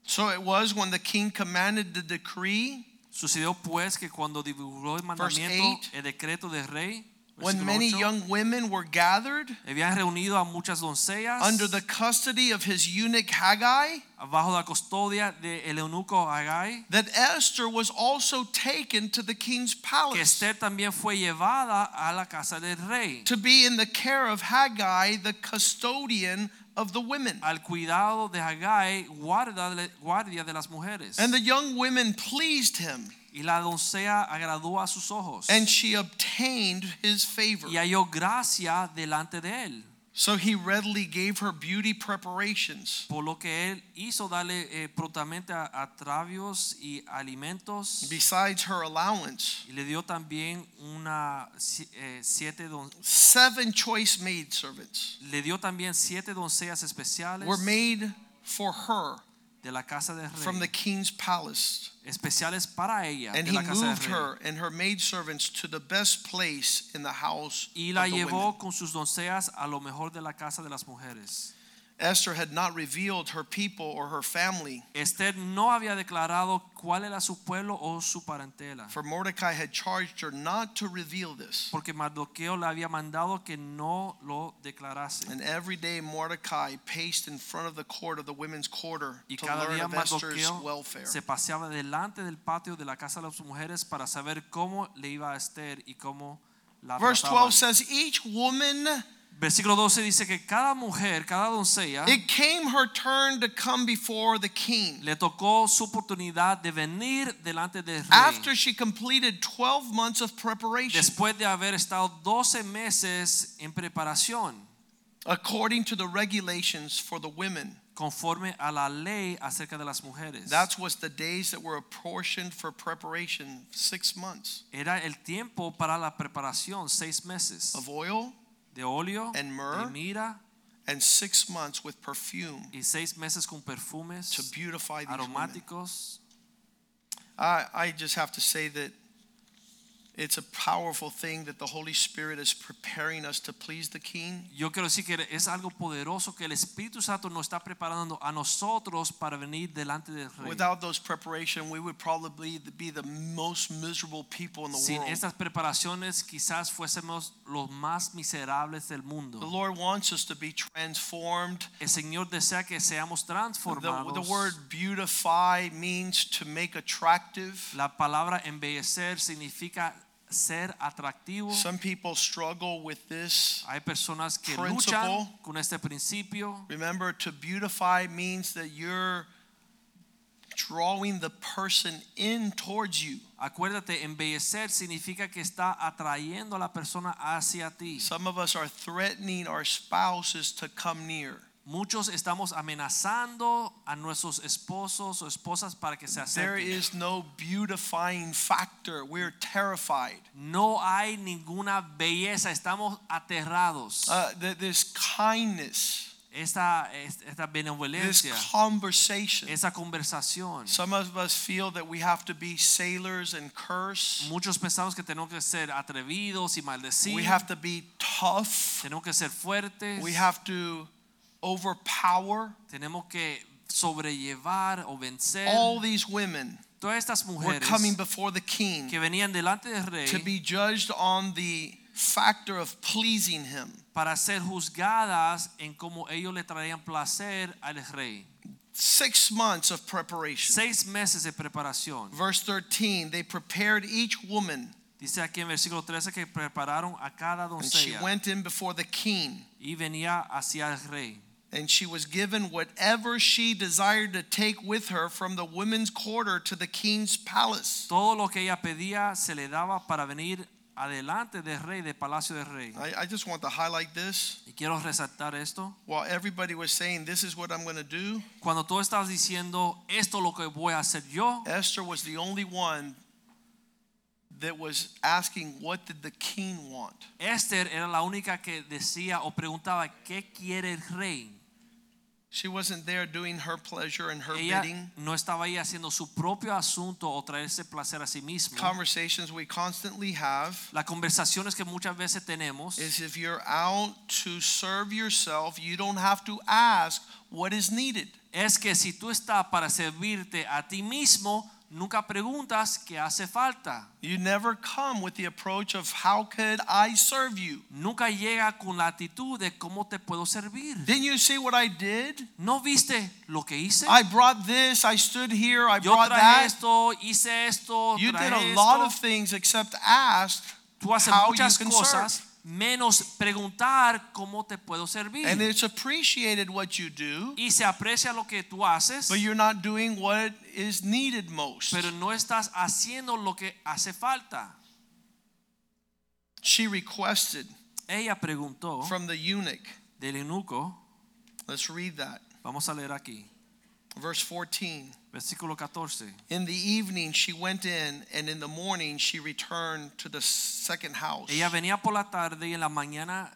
Speaker 1: So it was when the king commanded the decree,
Speaker 2: Sucedió pues que cuando divulgó el mandamiento,
Speaker 1: eight.
Speaker 2: el decreto del rey,
Speaker 1: when many
Speaker 2: versículo ocho,
Speaker 1: young women were gathered
Speaker 2: habían reunido a muchas doncellas
Speaker 1: under the custody of his eunuch Haggai,
Speaker 2: bajo la custodia de el eunuco Agai,
Speaker 1: that Esther was also taken to the king's
Speaker 2: que
Speaker 1: palace
Speaker 2: Esther también fue llevada a la casa del rey,
Speaker 1: to be in the care of Haggai, the custodian of the women.
Speaker 2: al cuidado de Agai, guarda, guardia de las mujeres.
Speaker 1: And the young women pleased him,
Speaker 2: Y la doncella agradó a sus ojos
Speaker 1: and she obtained his favor.
Speaker 2: y halló gracia delante de él,
Speaker 1: So he readily gave her beauty preparations.
Speaker 2: por lo que él hizo darle eh, prontamente a- atravios y alimentos
Speaker 1: Besides her allowance,
Speaker 2: y le dio también una si- eh, siete don-
Speaker 1: seven choice maidservants
Speaker 2: le dio también siete doncellas especiales
Speaker 1: were made for her
Speaker 2: de la casa del rey
Speaker 1: from the king's palace.
Speaker 2: especiales para ella
Speaker 1: And
Speaker 2: de
Speaker 1: he
Speaker 2: la casa del
Speaker 1: moved
Speaker 2: rey.
Speaker 1: her and her maidservants to the best place in the house
Speaker 2: y
Speaker 1: of
Speaker 2: la
Speaker 1: the
Speaker 2: llevó
Speaker 1: women.
Speaker 2: con sus doncellas a lo mejor de la casa de las mujeres.
Speaker 1: Esther had not revealed her people or her family,
Speaker 2: Esther no había declarado cuál era su pueblo o su parentela,
Speaker 1: for Mordecai had charged her not to reveal this.
Speaker 2: porque Mardoqueo le había mandado que no lo declarase.
Speaker 1: And every day Mordecai paced in front of the court of the women's quarter
Speaker 2: Y
Speaker 1: to
Speaker 2: cada
Speaker 1: learn
Speaker 2: día
Speaker 1: of Esther's
Speaker 2: Mardoqueo
Speaker 1: welfare.
Speaker 2: se paseaba delante del patio de la casa de las mujeres para saber cómo le iba a Esther y cómo la
Speaker 1: Verse
Speaker 2: trataban.
Speaker 1: 12 says, Each woman,
Speaker 2: Versículo 12 dice que cada mujer, cada doncella,
Speaker 1: it came her turn to come before the king.
Speaker 2: le tocó su oportunidad de venir delante del rey.
Speaker 1: After she completed 12 months of preparation,
Speaker 2: después de haber estado 12 meses en preparación
Speaker 1: according to the regulations for the women.
Speaker 2: conforme a la ley acerca de las mujeres.
Speaker 1: That was the days that were apportioned for preparation, six months
Speaker 2: Era el tiempo para la preparación, seis meses
Speaker 1: of oil
Speaker 2: de óleo,
Speaker 1: and myrrh.
Speaker 2: de mira
Speaker 1: and six months with perfume
Speaker 2: y seis meses con perfumes
Speaker 1: to beautify these women.
Speaker 2: aromáticos.
Speaker 1: I, I just have to say that it's a powerful thing that the Holy Spirit is preparing us to please the King.
Speaker 2: Yo quiero decir que es algo poderoso que el Espíritu Santo nos está preparando a nosotros para venir delante del Rey.
Speaker 1: Without those preparation, we would probably be the most miserable people in the
Speaker 2: Sin
Speaker 1: world.
Speaker 2: estas preparaciones quizás fuésemos los más miserables del
Speaker 1: The
Speaker 2: mundo.
Speaker 1: Lord wants us to be transformed.
Speaker 2: El Señor desea que seamos
Speaker 1: The,
Speaker 2: transformados.
Speaker 1: the word beautify means to make attractive.
Speaker 2: La palabra embellecer significa ser atractivo.
Speaker 1: Some people struggle with this.
Speaker 2: Hay personas que luchan
Speaker 1: Principle.
Speaker 2: con este principio.
Speaker 1: Remember, to beautify means that you're drawing the person in towards you.
Speaker 2: Acuérdate, embellecer significa que está atrayendo a la persona hacia ti.
Speaker 1: Some of us are threatening our spouses to come near.
Speaker 2: Muchos estamos amenazando a nuestros esposos o esposas para que se
Speaker 1: There
Speaker 2: acerquen.
Speaker 1: is no beautifying factor. We're terrified.
Speaker 2: No hay ninguna belleza, estamos aterrados.
Speaker 1: Uh, th- this kindness,
Speaker 2: Esta, esta
Speaker 1: this
Speaker 2: benevolencia,
Speaker 1: conversation.
Speaker 2: esa conversación.
Speaker 1: Some of us feel that we have to be sailors and curse.
Speaker 2: Muchos pensamos que tenemos que ser atrevidos y maldecir.
Speaker 1: We have to be tough.
Speaker 2: Tenemos que ser fuertes.
Speaker 1: We have to overpower
Speaker 2: tenemos que sobrellevar o vencer.
Speaker 1: all these women.
Speaker 2: Todas estas
Speaker 1: were
Speaker 2: mujeres
Speaker 1: coming before the
Speaker 2: que
Speaker 1: king
Speaker 2: venían delante del rey
Speaker 1: to be judged on the factor of pleasing him.
Speaker 2: para ser juzgadas en cómo ellos le traían placer al rey.
Speaker 1: Six months of preparation.
Speaker 2: Seis meses de preparación.
Speaker 1: Verse 13 they prepared each woman,
Speaker 2: Dice aquí en versículo 13 que prepararon a cada
Speaker 1: and she
Speaker 2: doncella
Speaker 1: went in before the king,
Speaker 2: y venía hacia el rey.
Speaker 1: and she was given whatever she desired to take with her from the women's quarter to the king's palace.
Speaker 2: Todo lo que ella pedía se le daba para venir adelante del rey, del palacio del rey.
Speaker 1: I, I just want to highlight this.
Speaker 2: Y quiero resaltar esto.
Speaker 1: While everybody was saying, This is what I'm going to do,
Speaker 2: Cuando tú estabas diciendo esto es lo que voy a hacer yo,
Speaker 1: Esther was the only one that was asking, What did the king want?
Speaker 2: Esther era la única que decía o preguntaba qué quiere el rey.
Speaker 1: She wasn't there doing her pleasure and her
Speaker 2: Ella
Speaker 1: bidding.
Speaker 2: no estaba ahí haciendo su propio asunto o traerse placer a sí misma.
Speaker 1: Conversations we constantly have
Speaker 2: Las conversaciones que muchas veces tenemos
Speaker 1: is if you're out to serve yourself, you don't have to ask what is needed.
Speaker 2: es que si tú estás para servirte a ti mismo, nunca preguntas qué hace falta.
Speaker 1: You never come with the approach of, How could I serve you?
Speaker 2: Nunca llega con la actitud de cómo te puedo servir.
Speaker 1: Didn't you see what I did?
Speaker 2: ¿No viste lo que hice?
Speaker 1: I brought this, I stood here, I
Speaker 2: Yo
Speaker 1: brought
Speaker 2: traje
Speaker 1: that.
Speaker 2: esto, hice esto,
Speaker 1: You
Speaker 2: traje
Speaker 1: did a
Speaker 2: esto.
Speaker 1: lot of things except ask.
Speaker 2: Tú haces
Speaker 1: how you
Speaker 2: muchas
Speaker 1: can
Speaker 2: cosas menos preguntar cómo te puedo servir.
Speaker 1: And it's appreciated what you do,
Speaker 2: y se aprecia lo que tú haces,
Speaker 1: but you're not doing what is needed most.
Speaker 2: pero no estás haciendo lo que hace falta.
Speaker 1: She requested
Speaker 2: Ella preguntó
Speaker 1: from the eunuch.
Speaker 2: del eunuco,
Speaker 1: Let's read that.
Speaker 2: vamos a leer aquí,
Speaker 1: Verse 14.
Speaker 2: versículo 14.
Speaker 1: In the evening she went in, and in the morning she returned to the second house.
Speaker 2: Ella venía por la tarde y en la mañana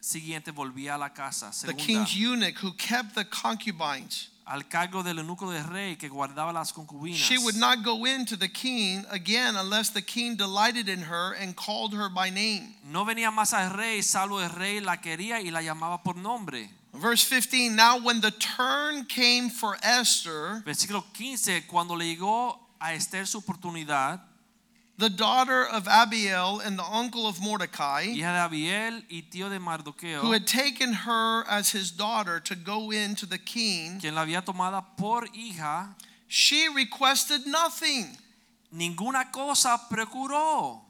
Speaker 2: siguiente volvía a la casa,
Speaker 1: The
Speaker 2: segunda,
Speaker 1: king's eunuch who kept the concubines.
Speaker 2: al cargo del eunuco del rey que guardaba las concubinas.
Speaker 1: She would not go in to the king again unless the king delighted in her and called her by name.
Speaker 2: no venía más al rey, salvo el rey la quería y la llamaba por nombre.
Speaker 1: Verse 15 Now, when the turn came for Esther,
Speaker 2: Versículo 15, cuando le llegó a Esther su oportunidad,
Speaker 1: the daughter of Abiel and the uncle of Mordecai,
Speaker 2: hija de Abiel y tío de Mardoqueo,
Speaker 1: who had taken her as his daughter to go in to the king,
Speaker 2: quien la había tomada por hija,
Speaker 1: she requested nothing.
Speaker 2: ninguna cosa procuró.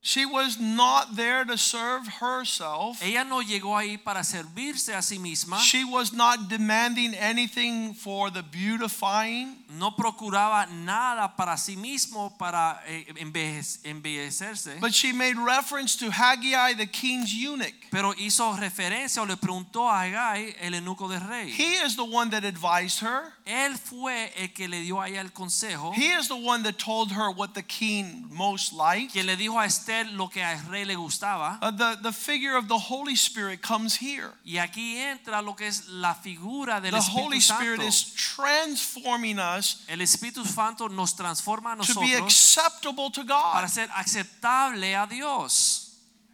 Speaker 1: She was not there to serve herself.
Speaker 2: Ella no llegó ahí para servirse a sí misma,
Speaker 1: She was not demanding anything for the beautifying.
Speaker 2: no procuraba nada para sí mismo para eh, enveje- embellecerse,
Speaker 1: But she made reference to Haggai, the king's eunuch.
Speaker 2: pero hizo referencia o le preguntó a Haggai, el eunuco del rey.
Speaker 1: He is the one that advised her.
Speaker 2: Él fue el que le dio a ella el consejo,
Speaker 1: He is the one that told her what the king most liked.
Speaker 2: quien le dijo a Esther lo que al rey le gustaba.
Speaker 1: Uh, the, the figure of the Holy Spirit comes here.
Speaker 2: Y aquí entra lo que es la figura del
Speaker 1: The Holy
Speaker 2: Espíritu Santo.
Speaker 1: Spirit is transforming us
Speaker 2: El Espíritu Santo nos transforma a
Speaker 1: to be
Speaker 2: nosotros
Speaker 1: acceptable to
Speaker 2: para
Speaker 1: God.
Speaker 2: ser aceptable a Dios.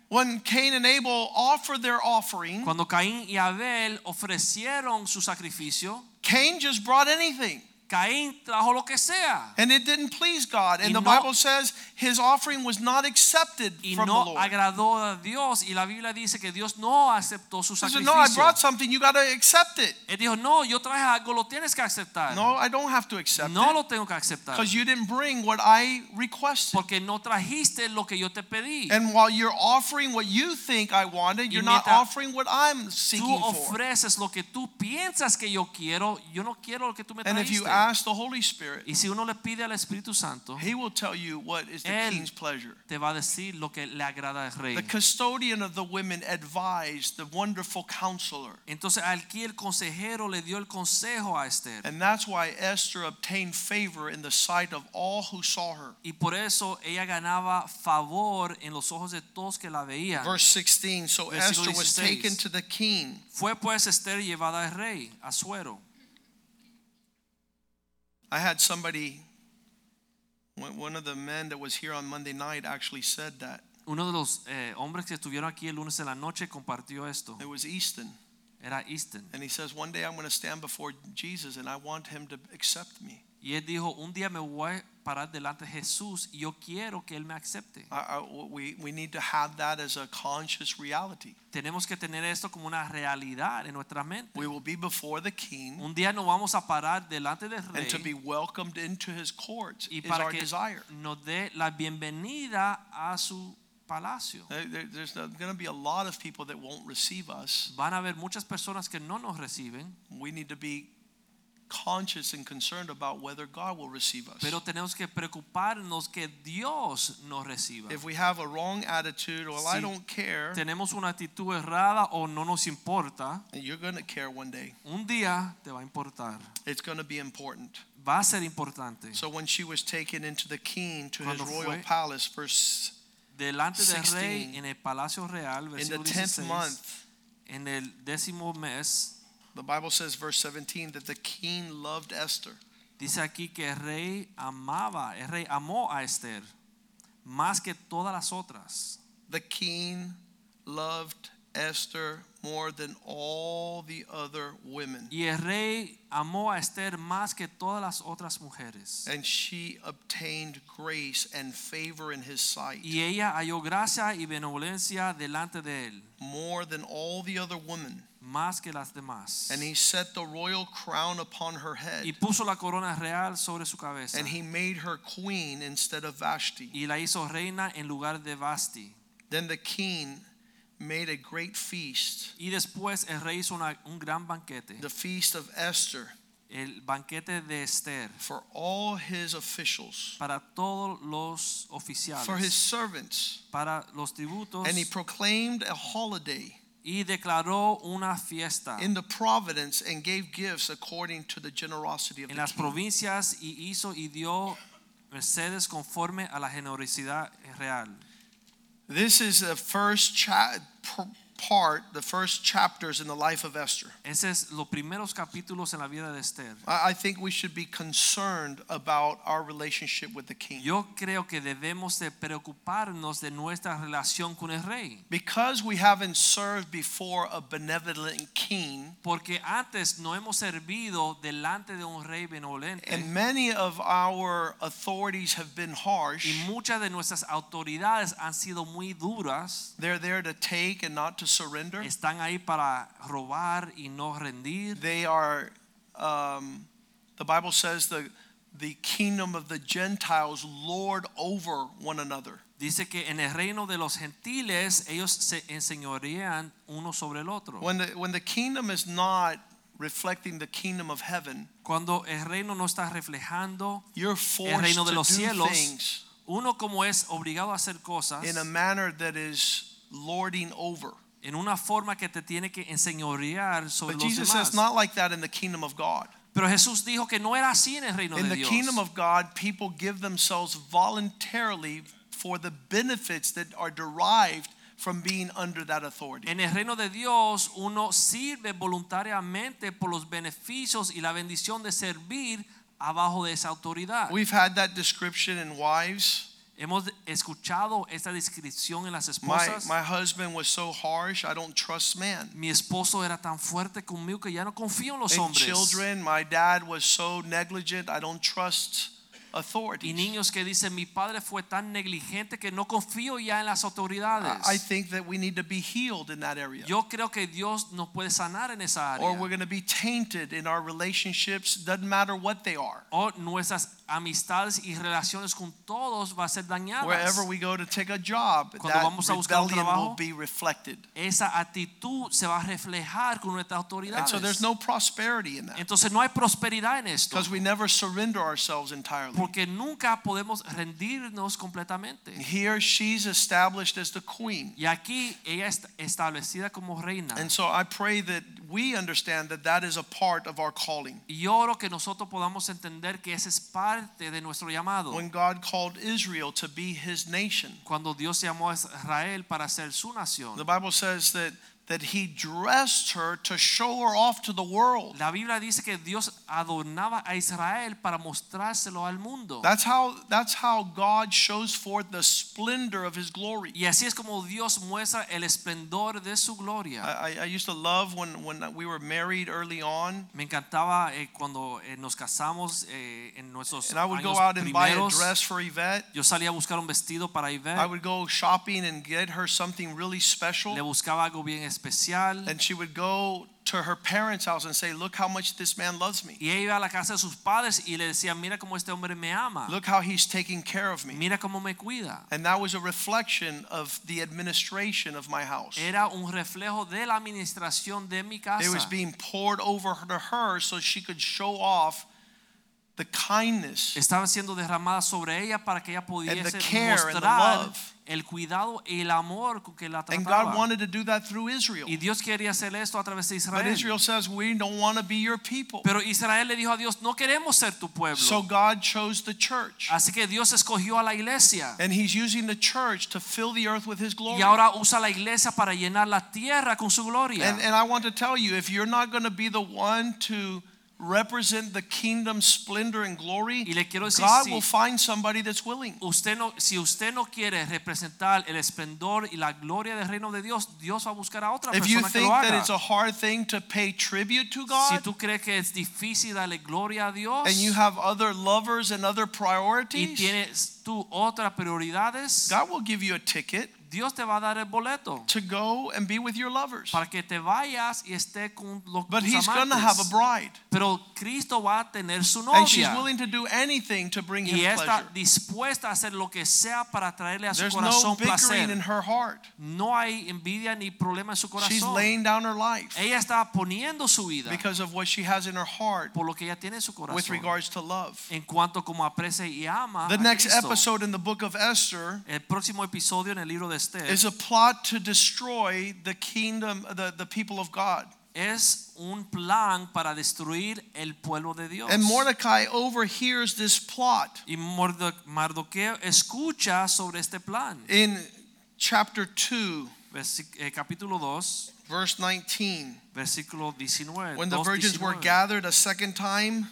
Speaker 1: When Cain and Abel offered their offering,
Speaker 2: Cuando Caín y Abel ofrecieron su sacrificio,
Speaker 1: Cain just brought anything.
Speaker 2: Caín trajo lo que sea
Speaker 1: And it didn't please God.
Speaker 2: Y
Speaker 1: And the
Speaker 2: no-
Speaker 1: Bible says his offering was not accepted
Speaker 2: y
Speaker 1: from the
Speaker 2: no
Speaker 1: Lord.
Speaker 2: agradó a Dios y la Biblia dice que Dios no aceptó su
Speaker 1: He said, No, I
Speaker 2: sacrificio.
Speaker 1: brought something. You got to accept it.
Speaker 2: Él dijo, no, yo traje algo, lo tienes que aceptar.
Speaker 1: No, I don't have to accept
Speaker 2: No
Speaker 1: it
Speaker 2: lo tengo que aceptar
Speaker 1: because you didn't bring what I requested.
Speaker 2: porque no trajiste lo que yo te pedí.
Speaker 1: And while you're offering what you think I wanted, you're not
Speaker 2: mientras
Speaker 1: offering what I'm
Speaker 2: Tú
Speaker 1: seeking for.
Speaker 2: ofreces lo que tú piensas que yo quiero, yo no quiero lo que tú me
Speaker 1: And if you
Speaker 2: trajiste.
Speaker 1: ask the Holy Spirit,
Speaker 2: Y si uno le pide al Espíritu Santo,
Speaker 1: He will tell you what is the
Speaker 2: Él-
Speaker 1: king's pleasure.
Speaker 2: te va a decir lo que le agrada al
Speaker 1: The
Speaker 2: rey.
Speaker 1: custodian of the women advised the wonderful counselor.
Speaker 2: Entonces aquí el consejero le dio el consejo a Esther.
Speaker 1: And that's why Esther obtained favor in the sight of all who saw her.
Speaker 2: Y por eso ella ganaba favor en los ojos de todos que la veían.
Speaker 1: Verse 16 So
Speaker 2: Versículo
Speaker 1: Esther was
Speaker 2: 16.
Speaker 1: taken to the king.
Speaker 2: Fue pues Esther llevada al rey, a Suero.
Speaker 1: I had somebody, one one of the men that was here on Monday night actually said that.
Speaker 2: Uno de los eh, hombres que estuvieron aquí el lunes de la noche compartió esto.
Speaker 1: It was Easton.
Speaker 2: Era Easton.
Speaker 1: And he says, One day I'm going to stand before Jesus and I want him to accept me.
Speaker 2: Y él dijo, un día me voy parar delante de Jesús y yo quiero que Él me acepte.
Speaker 1: I, I, we, we need to have that as a conscious reality.
Speaker 2: Tenemos que tener esto como una realidad en nuestra mente.
Speaker 1: We will be before the king,
Speaker 2: Un día nos vamos a parar delante del
Speaker 1: and to be
Speaker 2: Rey
Speaker 1: welcomed into his courts
Speaker 2: y
Speaker 1: is
Speaker 2: para
Speaker 1: our
Speaker 2: que
Speaker 1: desire.
Speaker 2: nos dé la bienvenida a su palacio.
Speaker 1: There- there- There's going to be a lot of people that won't receive us.
Speaker 2: Van a haber muchas personas que no nos reciben,
Speaker 1: We need to be conscious and concerned about whether God will receive us.
Speaker 2: pero tenemos que preocuparnos que Dios nos reciba.
Speaker 1: If we have a wrong attitude, well, I
Speaker 2: Si
Speaker 1: don't care,
Speaker 2: Tenemos una actitud errada o no nos importa,
Speaker 1: you're going to care one day.
Speaker 2: un día te va a importar.
Speaker 1: It's going to be important.
Speaker 2: Va a ser importante.
Speaker 1: So when she was taken into the king to his
Speaker 2: Cuando
Speaker 1: royal
Speaker 2: fue-
Speaker 1: palace, verse
Speaker 2: Delante del
Speaker 1: 16.
Speaker 2: rey en el palacio real,
Speaker 1: in the
Speaker 2: versículo
Speaker 1: tenth
Speaker 2: 16,
Speaker 1: month,
Speaker 2: en el décimo mes,
Speaker 1: the Bible says, verse 17, that the king loved Esther.
Speaker 2: Dice aquí que el rey amaba, el rey amó a Esther más que todas las otras.
Speaker 1: The king loved Esther more than all the other women,
Speaker 2: Y el rey amó a Esther más que todas las otras mujeres.
Speaker 1: and she obtained grace and favor in his sight.
Speaker 2: Y ella halló gracia y benevolencia delante de él,
Speaker 1: more than all the other women.
Speaker 2: más que las demás.
Speaker 1: And he set the royal crown upon her
Speaker 2: Y
Speaker 1: head,
Speaker 2: puso la corona real sobre su cabeza.
Speaker 1: and he made her queen instead of Vashti.
Speaker 2: Y la hizo reina en lugar de Basti.
Speaker 1: Then the king made a great feast,
Speaker 2: Y después el rey hizo una- un gran banquete,
Speaker 1: the feast of Esther,
Speaker 2: el banquete de Esther,
Speaker 1: for all his officials,
Speaker 2: para todos los oficiales.
Speaker 1: for his servants.
Speaker 2: para los tributos
Speaker 1: And he proclaimed a holiday
Speaker 2: y declaró una fiesta
Speaker 1: in the providence and gave gifts according to the generosity of
Speaker 2: en
Speaker 1: the
Speaker 2: las
Speaker 1: king.
Speaker 2: provincias y hizo y dio mercedes conforme a la generosidad real.
Speaker 1: This is the first cha- pr- part, the first chapters in the life of Esther.
Speaker 2: Ese es los primeros capítulos en la vida de Esther.
Speaker 1: I I think we should be concerned about our relationship with the king.
Speaker 2: Yo creo que debemos de preocuparnos de nuestra relación con el rey,
Speaker 1: Because we haven't served before a benevolent king,
Speaker 2: porque antes no hemos servido delante de un rey benevolente
Speaker 1: and many of our authorities have been
Speaker 2: y
Speaker 1: harsh,
Speaker 2: muchas de nuestras autoridades han sido muy duras,
Speaker 1: they're there to take and not to surrender.
Speaker 2: están ahí para robar y no rendir.
Speaker 1: They are, um, the Bible says, the, the kingdom of the Gentiles lord over one another.
Speaker 2: Dice que en el reino de los gentiles ellos se enseñorean uno sobre el otro.
Speaker 1: When the, when the kingdom is not reflecting the kingdom of heaven,
Speaker 2: Cuando el reino no está reflejando,
Speaker 1: you're forced
Speaker 2: reino de
Speaker 1: to do
Speaker 2: los cielos
Speaker 1: things.
Speaker 2: uno como es obligado a hacer cosas
Speaker 1: in a manner that is lording over.
Speaker 2: en una forma que te tiene que enseñorear sobre
Speaker 1: But
Speaker 2: los
Speaker 1: Jesus
Speaker 2: demás.
Speaker 1: says not like that in the kingdom of God.
Speaker 2: Pero Jesús dijo que no era así en el reino
Speaker 1: In
Speaker 2: de
Speaker 1: the
Speaker 2: Dios.
Speaker 1: kingdom of God, people give themselves voluntarily for the benefits that are derived from being under that authority.
Speaker 2: en el reino de Dios uno sirve voluntariamente por los beneficios y la bendición de servir abajo de esa autoridad.
Speaker 1: We've had that description in wives.
Speaker 2: Hemos escuchado esta descripción en las
Speaker 1: My,
Speaker 2: esposas.
Speaker 1: my husband was so harsh, I don't trust man.
Speaker 2: Mi esposo era tan fuerte conmigo que ya no confío en los
Speaker 1: And
Speaker 2: hombres.
Speaker 1: children, my dad was so negligent, I don't trust
Speaker 2: y
Speaker 1: authorities.
Speaker 2: niños que dicen, mi padre fue tan negligente que no confío ya en las autoridades.
Speaker 1: I I think that we need to be healed in that area.
Speaker 2: Yo creo que Dios nos puede sanar en esa área.
Speaker 1: or we're going to be tainted in our relationships doesn't matter what they are
Speaker 2: o nuestras amistades y relaciones con todos va a ser dañadas.
Speaker 1: wherever we go to take a job
Speaker 2: Cuando vamos a
Speaker 1: that
Speaker 2: buscar un
Speaker 1: rebellion
Speaker 2: trabajo.
Speaker 1: will be reflected
Speaker 2: esa actitud se va a reflejar con nuestras
Speaker 1: and
Speaker 2: autoridades.
Speaker 1: so there's no prosperity in that
Speaker 2: Entonces no hay prosperidad en esto.
Speaker 1: because we never surrender ourselves entirely
Speaker 2: Porque nunca podemos rendirnos completamente.
Speaker 1: here she's established as the queen
Speaker 2: Y aquí ella está establecida como reina.
Speaker 1: and so i pray that we understand that that is a part of our calling
Speaker 2: Y oro que nosotros podamos entender que esa es parte de nuestro llamado.
Speaker 1: when god called israel to be his nation
Speaker 2: Cuando Dios llamó a Israel para ser su
Speaker 1: the
Speaker 2: nación,
Speaker 1: bible says that that he dressed her to show her off to the world.
Speaker 2: La Biblia dice que Dios adornaba a Israel para mostrárselo al mundo.
Speaker 1: That's how that's how God shows forth the splendor of his glory.
Speaker 2: Y así es como Dios muestra el esplendor de su gloria.
Speaker 1: I, I- I used to love when, when we were married early on,
Speaker 2: Me encantaba eh, cuando eh, nos casamos eh, en nuestros
Speaker 1: and I would go
Speaker 2: años
Speaker 1: out and buy a
Speaker 2: primeros.
Speaker 1: dress for Yvette.
Speaker 2: Yo salía a buscar un vestido para
Speaker 1: I
Speaker 2: Ivette.
Speaker 1: would go shopping and get her something really
Speaker 2: Le
Speaker 1: special,
Speaker 2: buscaba algo bien especial.
Speaker 1: and she would go to her parents' house and say, "Look how much this man loves me.
Speaker 2: Y ella iba a la casa de sus padres y le decía, mira cómo este hombre me ama.
Speaker 1: Look how he's taking care of me."
Speaker 2: Mira cómo me cuida.
Speaker 1: And that was a reflection of the administration of my house.
Speaker 2: Era un reflejo de la administración de mi
Speaker 1: It was
Speaker 2: casa.
Speaker 1: being poured over to her so she could show off the kindness.
Speaker 2: Estaba siendo derramada sobre ella para que ella
Speaker 1: And
Speaker 2: pudiese
Speaker 1: the care and the
Speaker 2: mostrar
Speaker 1: love.
Speaker 2: el cuidado y el amor con que la
Speaker 1: And God
Speaker 2: trataba.
Speaker 1: wanted to do that through Israel.
Speaker 2: Y Dios quería hacer esto a través de
Speaker 1: But
Speaker 2: Israel.
Speaker 1: Israel says, We don't want to be your people.
Speaker 2: Pero Israel le dijo a Dios, no queremos ser tu
Speaker 1: So
Speaker 2: pueblo. Ah.
Speaker 1: God chose the church.
Speaker 2: Así que Dios escogió a la iglesia.
Speaker 1: And He's using the church to fill the earth with His glory.
Speaker 2: Y ahora usa la iglesia para llenar la tierra con su gloria.
Speaker 1: And, and I want to tell you if you're not going to be the one to represent the kingdom's splendor and glory,
Speaker 2: Y le quiero decir,
Speaker 1: God
Speaker 2: si-
Speaker 1: will find somebody that's willing.
Speaker 2: Usted no, si usted no quiere representar el esplendor y la gloria del reino de Dios, Dios va a buscar a otra
Speaker 1: If you
Speaker 2: persona que
Speaker 1: think
Speaker 2: lo
Speaker 1: that
Speaker 2: haga.
Speaker 1: it's a hard thing to pay tribute to
Speaker 2: Si
Speaker 1: God,
Speaker 2: tú crees que es difícil darle gloria a Dios
Speaker 1: and you have other lovers and other
Speaker 2: y
Speaker 1: priorities,
Speaker 2: tienes tú otras prioridades,
Speaker 1: God will give you a ticket
Speaker 2: Dios te va a dar el boleto
Speaker 1: to go and be with your lovers.
Speaker 2: para que te vayas y esté con los
Speaker 1: But He's going to have a
Speaker 2: amantes.
Speaker 1: bride,
Speaker 2: Pero Cristo va a tener su
Speaker 1: and she's
Speaker 2: novia
Speaker 1: willing to do anything to bring
Speaker 2: y
Speaker 1: Him
Speaker 2: está
Speaker 1: pleasure.
Speaker 2: dispuesta a hacer lo que sea para traerle a su
Speaker 1: There's no
Speaker 2: corazón
Speaker 1: bickering in
Speaker 2: placer.
Speaker 1: her heart.
Speaker 2: No hay envidia ni problema en su
Speaker 1: She's
Speaker 2: corazón.
Speaker 1: laying down her life
Speaker 2: Ella está poniendo su vida
Speaker 1: because of what she has in her heart
Speaker 2: por lo que ella tiene en su
Speaker 1: with
Speaker 2: corazón
Speaker 1: regards to love.
Speaker 2: en cuanto como aprecia y ama
Speaker 1: The
Speaker 2: a
Speaker 1: next
Speaker 2: Cristo.
Speaker 1: episode in the book of Esther
Speaker 2: el próximo episodio en el libro de Esther
Speaker 1: is a plot to destroy the kingdom, the, the people of God.
Speaker 2: es un plan para destruir el pueblo de Dios.
Speaker 1: And Mordecai overhears this plot.
Speaker 2: y Mordo- Mardoqueo escucha sobre este plan.
Speaker 1: in chapter 2
Speaker 2: Versi- eh, capítulo 2,
Speaker 1: verse 19
Speaker 2: versículo 19.
Speaker 1: when the
Speaker 2: 2,
Speaker 1: virgins were
Speaker 2: 19.
Speaker 1: gathered a second time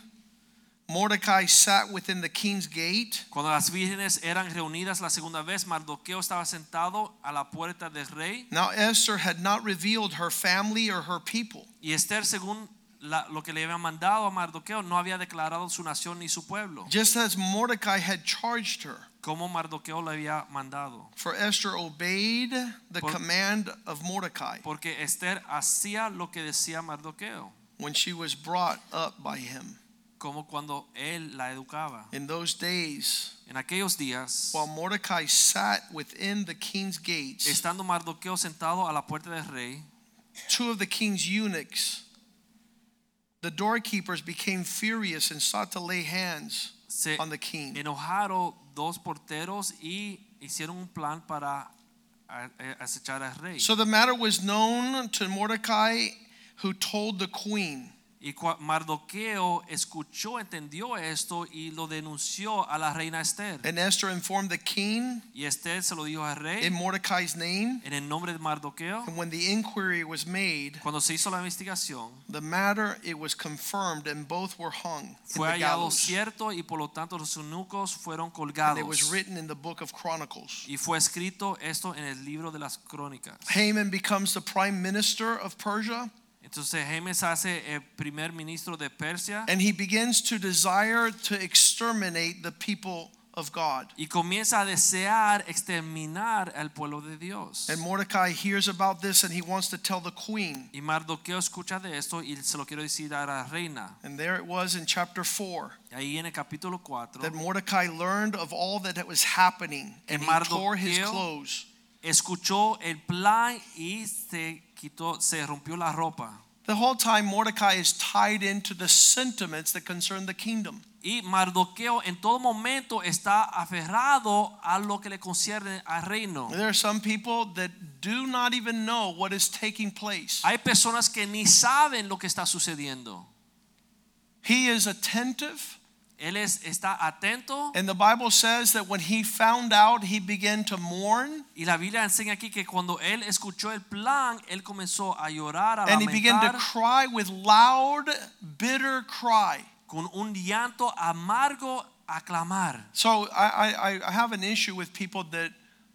Speaker 1: mordecai sat within the king's gate
Speaker 2: Cuando las vírgenes eran reunidas la segunda vez, Mardoqueo estaba sentado a la puerta del rey
Speaker 1: now esther had not revealed her family or her people
Speaker 2: y Esther, según la- lo que le habían mandado a Mardoqueo, no había declarado su nación ni su pueblo,
Speaker 1: just as mordecai had charged her
Speaker 2: como Mardoqueo le había mandado.
Speaker 1: for esther obeyed the
Speaker 2: Por-
Speaker 1: command of mordecai
Speaker 2: Porque Esther hacía lo que decía Mardoqueo,
Speaker 1: when she was brought up by him
Speaker 2: como cuando él la educaba.
Speaker 1: in those days
Speaker 2: En aquellos días,
Speaker 1: while mordecai sat within the king's gates
Speaker 2: estando Mardoqueo sentado a la puerta del rey,
Speaker 1: two of the king's eunuchs, the doorkeepers, became furious and sought to lay hands
Speaker 2: se
Speaker 1: on the king.
Speaker 2: enojaron dos porteros y hicieron un plan para a- a- acechar al rey.
Speaker 1: So the matter was known to Mordecai, who told the queen.
Speaker 2: y cua- Mardoqueo escuchó, entendió esto y lo denunció a la reina Esther.
Speaker 1: And Esther informed the king
Speaker 2: Y Esther se lo dijo al rey
Speaker 1: in Mordecai's name.
Speaker 2: en el nombre de Mardoqueo.
Speaker 1: And when the inquiry was made,
Speaker 2: Cuando se hizo la investigación,
Speaker 1: the matter it was confirmed, and both were hung in
Speaker 2: fue
Speaker 1: the
Speaker 2: hallado
Speaker 1: gallows.
Speaker 2: cierto y por lo tanto los eunucos fueron
Speaker 1: And it was
Speaker 2: colgados.
Speaker 1: written in the book of Chronicles.
Speaker 2: Y fue escrito esto en el libro de las crónicas.
Speaker 1: Haman becomes the prime minister of Persia,
Speaker 2: Entonces James hace el primer ministro de Persia
Speaker 1: and he begins to desire to exterminate the people of God.
Speaker 2: y comienza a desear exterminar al pueblo de Dios.
Speaker 1: And Mordecai hears about this and he wants to tell the queen.
Speaker 2: Y Mardoqueo escucha de esto y se lo quiero decir a la reina.
Speaker 1: And there it was in chapter 4
Speaker 2: Ahí en el capítulo 4
Speaker 1: that Mordecai learned of all that was happening
Speaker 2: Que
Speaker 1: and he tore his
Speaker 2: Mardoqueo-
Speaker 1: clothes.
Speaker 2: escuchó el plan y se quitó, se rompió la ropa.
Speaker 1: The whole time Mordecai is tied into the sentiments that concern the kingdom.
Speaker 2: Y Mardoqueo en todo momento está aferrado a lo que le concierne al reino.
Speaker 1: There are some people that do not even know what is taking place.
Speaker 2: Hay personas que ni saben lo que está sucediendo.
Speaker 1: He is attentive,
Speaker 2: Él es- está atento
Speaker 1: And the Bible says that when he found out, he began to mourn
Speaker 2: y la Biblia enseña aquí que cuando él escuchó el plan, él comenzó a llorar, a
Speaker 1: and he began to
Speaker 2: lamentar
Speaker 1: cry with loud, bitter cry.
Speaker 2: con un llanto amargo a clamar.
Speaker 1: So I, I, I have an issue with people that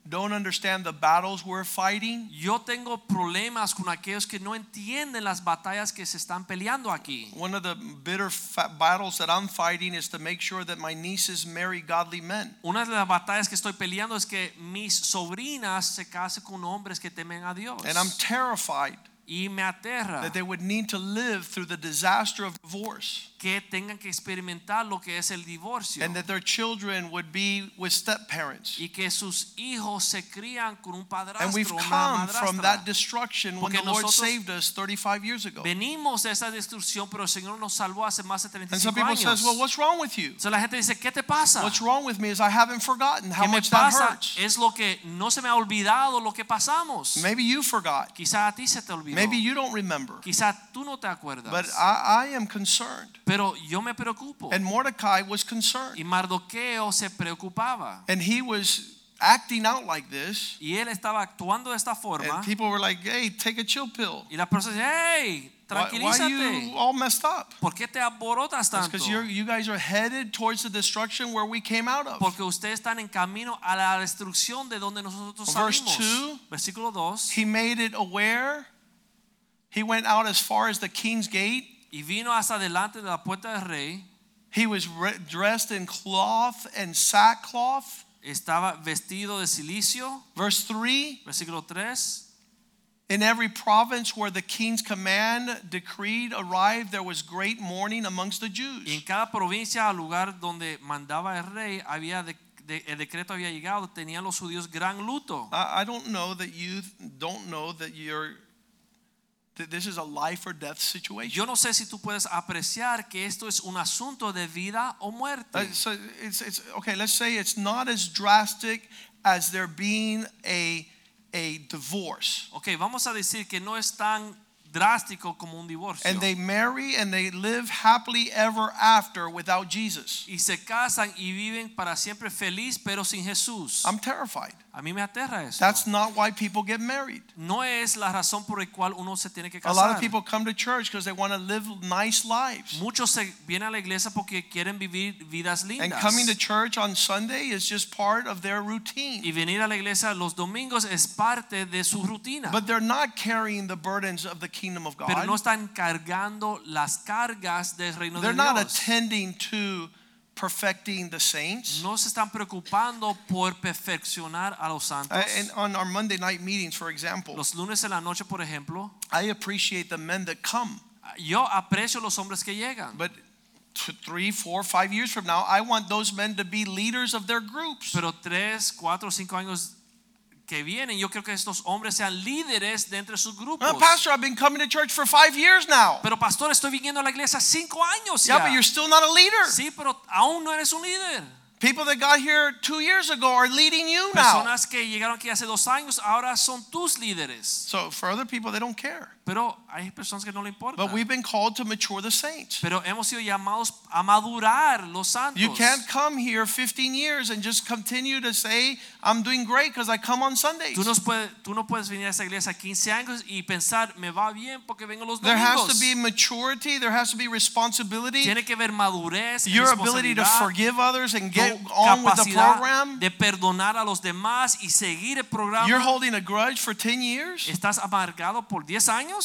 Speaker 1: don't understand the battles we're fighting.
Speaker 2: Yo tengo problemas con aquellos que no entienden las batallas que se están peleando aquí.
Speaker 1: One of the bitter fa- battles that I'm fighting is to make sure that my nieces marry godly men.
Speaker 2: Una de las batallas que estoy peleando es que mis sobrinas se casen con hombres que temen a Dios.
Speaker 1: And I'm terrified
Speaker 2: y me aterra
Speaker 1: that they would need to live through the disaster of divorce
Speaker 2: que tengan que experimentar lo que es el divorcio
Speaker 1: and that their children would be with step parents.
Speaker 2: y que sus hijos se crían con un padrastro
Speaker 1: And we've
Speaker 2: o una
Speaker 1: come
Speaker 2: madrastra.
Speaker 1: from that destruction when the
Speaker 2: Porque
Speaker 1: Lord
Speaker 2: nosotros
Speaker 1: saved us 35 years ago.
Speaker 2: Venimos de esa destrucción, pero el Señor nos salvó hace más de
Speaker 1: And
Speaker 2: 35
Speaker 1: some people
Speaker 2: años.
Speaker 1: says, "Well, what's wrong with you?
Speaker 2: So, la gente dice, ¿qué te pasa?
Speaker 1: What's wrong with me is I haven't forgotten how
Speaker 2: ¿Qué me
Speaker 1: much that
Speaker 2: pasa?
Speaker 1: hurts.
Speaker 2: Es lo que no se me ha olvidado lo que pasamos.
Speaker 1: Maybe you forgot.
Speaker 2: Quizá a ti se te olvidó.
Speaker 1: Maybe you don't remember.
Speaker 2: Quizá tú no te acuerdas.
Speaker 1: But I, I am concerned.
Speaker 2: pero yo me preocupo.
Speaker 1: And Mordecai was
Speaker 2: Y
Speaker 1: concerned.
Speaker 2: Mardoqueo se preocupaba.
Speaker 1: And he was acting out like this.
Speaker 2: Y él estaba actuando de esta forma.
Speaker 1: And people were like, "Hey, take a chill pill.
Speaker 2: Y las personas dicen, hey,
Speaker 1: Why, why are you
Speaker 2: tranquilízate.
Speaker 1: all messed up?"
Speaker 2: ¿Por qué te alborotas tanto?
Speaker 1: because you guys are headed towards the destruction where we came out of.
Speaker 2: Porque ustedes están en camino a la destrucción de donde nosotros
Speaker 1: Verse
Speaker 2: salimos.
Speaker 1: two.
Speaker 2: Versículo 2.
Speaker 1: He made it aware. He went out as far as the king's gate.
Speaker 2: Y vino hasta delante de la puerta del rey.
Speaker 1: He was re- dressed in cloth and sackcloth.
Speaker 2: Estaba vestido de silicio.
Speaker 1: Verse 3
Speaker 2: Versículo 3.
Speaker 1: In every province where the king's command decreed arrived, there was great mourning amongst the
Speaker 2: Y en
Speaker 1: Jews.
Speaker 2: cada provincia, al lugar donde mandaba el rey, había de- de- el decreto había llegado. Tenían los judíos gran luto.
Speaker 1: I, I don't know that you th- don't know that you're. That this is a life or death situation.
Speaker 2: Yo no sé si tú puedes apreciar que esto es un asunto de vida o
Speaker 1: Uh,
Speaker 2: muerte.
Speaker 1: so it's, it's okay. Let's say it's not as drastic as there being a a divorce,
Speaker 2: Ok, vamos a decir que no es tan drástico como un divorcio.
Speaker 1: and they marry and they live happily ever after without Jesus.
Speaker 2: y se casan y viven para siempre feliz, pero sin Jesús.
Speaker 1: I'm terrified.
Speaker 2: a mí me aterra eso.
Speaker 1: That's not why people get married.
Speaker 2: no es la razón por la cual uno se tiene que
Speaker 1: A lot
Speaker 2: casar.
Speaker 1: of people come to church because they want to live nice lives,
Speaker 2: Muchos se vienen a la iglesia porque quieren vivir vidas
Speaker 1: and
Speaker 2: lindas.
Speaker 1: coming to church on Sunday is just part of their routine.
Speaker 2: y venir a la iglesia los domingos es parte de su rutina.
Speaker 1: But they're not carrying the burdens of the kingdom of
Speaker 2: pero no
Speaker 1: God.
Speaker 2: están cargando las cargas del reino
Speaker 1: They're
Speaker 2: de
Speaker 1: not
Speaker 2: Dios.
Speaker 1: attending to perfecting the saints.
Speaker 2: no se están preocupando por perfeccionar a los santos.
Speaker 1: Uh, and on our Monday night meetings, for example,
Speaker 2: los lunes en la noche, por ejemplo,
Speaker 1: I appreciate the men that come,
Speaker 2: yo aprecio los hombres que llegan.
Speaker 1: but t- three, four, five years from now, I want those men to be leaders of their groups.
Speaker 2: Pero tres, cuatro, cinco años que vienen, yo creo que estos hombres sean líderes de entre sus grupos.
Speaker 1: Uh, Pastor, I've been coming to church for five years now.
Speaker 2: Pero pastor, estoy viniendo a la iglesia cinco años
Speaker 1: Yeah,
Speaker 2: ya.
Speaker 1: but you're still not a leader.
Speaker 2: sí, pero aún no eres un líder.
Speaker 1: People that got here two years ago are leading you now.
Speaker 2: Personas que llegaron aquí hace dos años ahora son tus líderes.
Speaker 1: So for other people, they don't care.
Speaker 2: Pero hay personas que no le importa.
Speaker 1: But we've been called to mature the saints.
Speaker 2: Pero hemos sido llamados a madurar los santos.
Speaker 1: You can't come here 15 years and just continue to say, I'm doing great because I come on Sundays.
Speaker 2: Tú, nos puede- tú no puedes venir a esta iglesia 15 años y pensar, me va bien porque vengo los
Speaker 1: There
Speaker 2: domingos.
Speaker 1: has to be maturity. There has to be responsibility.
Speaker 2: Tiene que ver madurez,
Speaker 1: Your ability to
Speaker 2: responsabilidad,
Speaker 1: forgive others and
Speaker 2: tu
Speaker 1: get on with the
Speaker 2: capacidad
Speaker 1: program.
Speaker 2: de perdonar a los demás y seguir el programa.
Speaker 1: You're holding a grudge for 10 years.
Speaker 2: ¿Estás amargado por 10 años?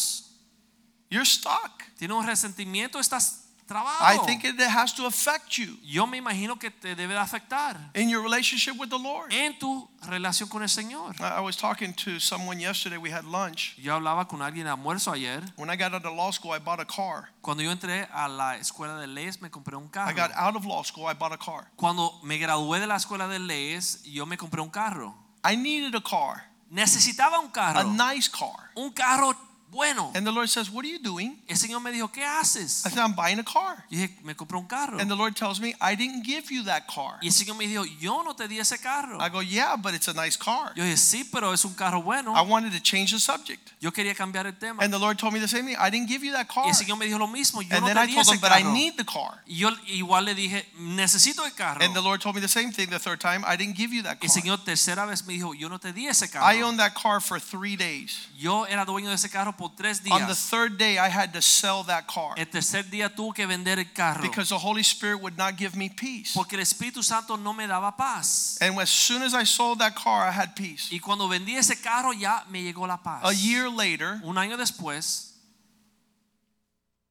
Speaker 1: You're stuck.
Speaker 2: ¿Tienes un resentimiento? ¿Estás trabado?
Speaker 1: I think it has to affect you
Speaker 2: Yo me imagino que te debe de afectar
Speaker 1: in your relationship with the Lord.
Speaker 2: en tu relación con el Señor.
Speaker 1: I I was talking to someone yesterday. We had lunch.
Speaker 2: Yo hablaba con alguien a almuerzo ayer.
Speaker 1: When I got out of law school, I bought a car.
Speaker 2: Cuando yo entré a la escuela de leyes me compré un
Speaker 1: I
Speaker 2: carro.
Speaker 1: got out of law school, I bought a car.
Speaker 2: Cuando me gradué de la escuela de leyes yo me compré un carro.
Speaker 1: I needed a car,
Speaker 2: Necesitaba un
Speaker 1: a
Speaker 2: carro.
Speaker 1: nice car.
Speaker 2: Un carro bueno.
Speaker 1: And the Lord says, What are you doing?
Speaker 2: El Señor me dijo, ¿qué haces?
Speaker 1: I said, I'm buying a car.
Speaker 2: Y dije, me compré un carro.
Speaker 1: And the Lord tells me, I didn't give you that car.
Speaker 2: Y el Señor me dijo, yo no te di ese carro.
Speaker 1: I go, Yeah, but it's a nice car.
Speaker 2: Yo dije, sí, pero es un carro bueno.
Speaker 1: I wanted to change the subject.
Speaker 2: Yo quería cambiar el tema.
Speaker 1: And the Lord told me the same thing. I didn't give you that
Speaker 2: Y
Speaker 1: car.
Speaker 2: el Señor me dijo lo mismo, yo
Speaker 1: And
Speaker 2: no
Speaker 1: then
Speaker 2: te
Speaker 1: I
Speaker 2: di
Speaker 1: told
Speaker 2: ese
Speaker 1: him, But I
Speaker 2: carro.
Speaker 1: need the car.
Speaker 2: Y yo igual le dije, necesito el carro.
Speaker 1: And the Lord told me the same thing the third time. I didn't give you that
Speaker 2: El
Speaker 1: car.
Speaker 2: Señor tercera vez me dijo, yo no te di ese
Speaker 1: I
Speaker 2: carro.
Speaker 1: owned that car for three days.
Speaker 2: Yo era dueño de ese carro por tres
Speaker 1: On the
Speaker 2: días.
Speaker 1: third day, I had to sell that car
Speaker 2: El tercer día tuve que vender el carro
Speaker 1: because the Holy Spirit would not give me peace.
Speaker 2: porque el Espíritu Santo no me daba paz.
Speaker 1: And as soon as I sold that car, I had peace.
Speaker 2: Y cuando vendí ese carro ya me llegó la paz.
Speaker 1: A year later,
Speaker 2: Un año después,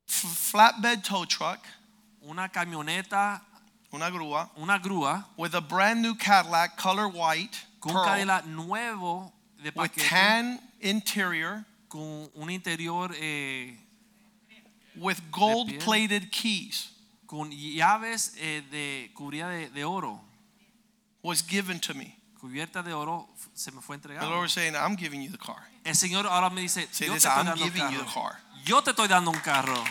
Speaker 1: f- flatbed tow truck,
Speaker 2: una camioneta,
Speaker 1: una grúa,
Speaker 2: una grúa
Speaker 1: with a brand new Cadillac, color white,
Speaker 2: con
Speaker 1: pearl,
Speaker 2: un Cadillac nuevo de
Speaker 1: with
Speaker 2: paquete,
Speaker 1: tan interior,
Speaker 2: con un interior eh,
Speaker 1: with gold-plated keys,
Speaker 2: con llaves eh, de cubría de, de oro,
Speaker 1: was given to me.
Speaker 2: cubierta de oro, f- se me fue
Speaker 1: The
Speaker 2: entregado.
Speaker 1: Lord was saying, "I'm giving you the car."
Speaker 2: El Señor ahora me dice,
Speaker 1: Say
Speaker 2: yo te
Speaker 1: this:
Speaker 2: estoy
Speaker 1: "I'm
Speaker 2: dando un
Speaker 1: giving you the
Speaker 2: carro.
Speaker 1: car."
Speaker 2: Yo te estoy dando un carro.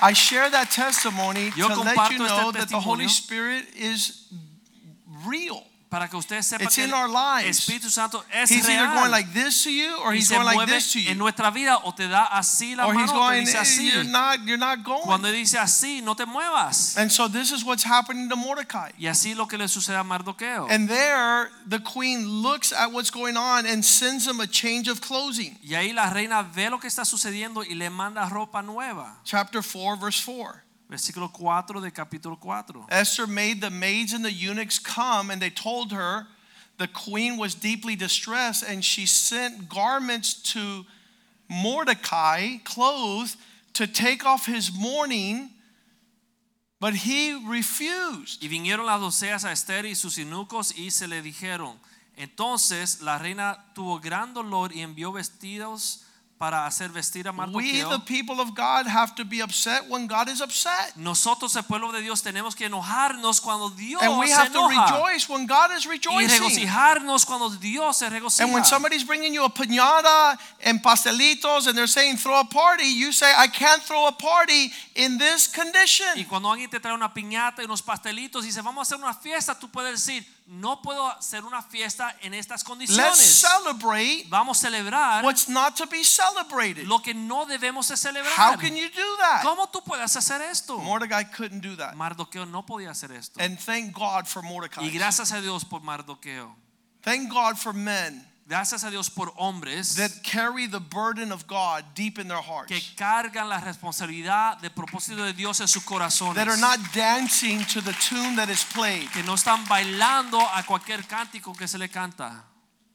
Speaker 1: I share that testimony
Speaker 2: Yo
Speaker 1: to let you
Speaker 2: comparto este
Speaker 1: know that the Holy
Speaker 2: testimonio.
Speaker 1: Spirit is real.
Speaker 2: Para que ustedes sepan
Speaker 1: It's
Speaker 2: que
Speaker 1: in
Speaker 2: el
Speaker 1: our lives.
Speaker 2: Espíritu Santo es
Speaker 1: He's either
Speaker 2: real.
Speaker 1: going like this to you, or
Speaker 2: y
Speaker 1: he's
Speaker 2: se
Speaker 1: going like
Speaker 2: mueve
Speaker 1: this to
Speaker 2: en
Speaker 1: you,
Speaker 2: nuestra vida o te da así la
Speaker 1: or he's
Speaker 2: mano o te
Speaker 1: going,
Speaker 2: dice
Speaker 1: "Eh,
Speaker 2: así.
Speaker 1: "You're not, you're not going."
Speaker 2: Cuando dice así, no te muevas.
Speaker 1: And so this is what's happening to Mordecai.
Speaker 2: Y así lo que le sucede a Mardoqueo.
Speaker 1: And there, the queen looks at what's going on and sends him a change of clothing.
Speaker 2: Y ahí la reina ve lo que está sucediendo y le manda ropa nueva.
Speaker 1: Chapter 4, verse 4.
Speaker 2: Versículo 4 de capítulo 4.
Speaker 1: Esther made the maids and the eunuchs come, and they told her the queen was deeply distressed, and she sent garments to Mordecai, clothes, to take off his mourning, but he refused.
Speaker 2: Y vinieron las doceas a Esther y sus eunucos y se le dijeron. Entonces la reina tuvo gran dolor y envió vestidos para hacer vestir a
Speaker 1: We, the
Speaker 2: Mardoqueo.
Speaker 1: people of God, have to be upset when God is upset.
Speaker 2: Nosotros, el pueblo de Dios, tenemos que enojarnos cuando Dios
Speaker 1: And we
Speaker 2: se
Speaker 1: have to
Speaker 2: enoja
Speaker 1: rejoice when God is
Speaker 2: y
Speaker 1: rejoicing.
Speaker 2: regocijarnos cuando Dios se
Speaker 1: And when
Speaker 2: regocija.
Speaker 1: somebody's bringing you a piñata and pastelitos and they're saying throw a party, you say I can't throw a party in this
Speaker 2: Y
Speaker 1: condition.
Speaker 2: cuando alguien te trae una piñata y unos pastelitos y dice vamos a hacer una fiesta, tú puedes decir no puedo hacer una fiesta en estas
Speaker 1: Let's
Speaker 2: condiciones.
Speaker 1: celebrate
Speaker 2: Vamos a celebrar
Speaker 1: what's not to be celebrated.
Speaker 2: lo que no debemos de
Speaker 1: How
Speaker 2: celebrar.
Speaker 1: can you do that?
Speaker 2: ¿Cómo tú puedes hacer esto?
Speaker 1: Mordecai couldn't do that.
Speaker 2: Mardoqueo no podía hacer esto.
Speaker 1: And thank God for Mordecai.
Speaker 2: Y gracias a Dios por Mardoqueo.
Speaker 1: Thank God for men
Speaker 2: Gracias a Dios por hombres
Speaker 1: that carry the burden of God deep in their hearts.
Speaker 2: que cargan la responsabilidad del propósito de Dios en sus corazones.
Speaker 1: That are not dancing to the tune that is played.
Speaker 2: que no están bailando a cualquier cántico que se le canta.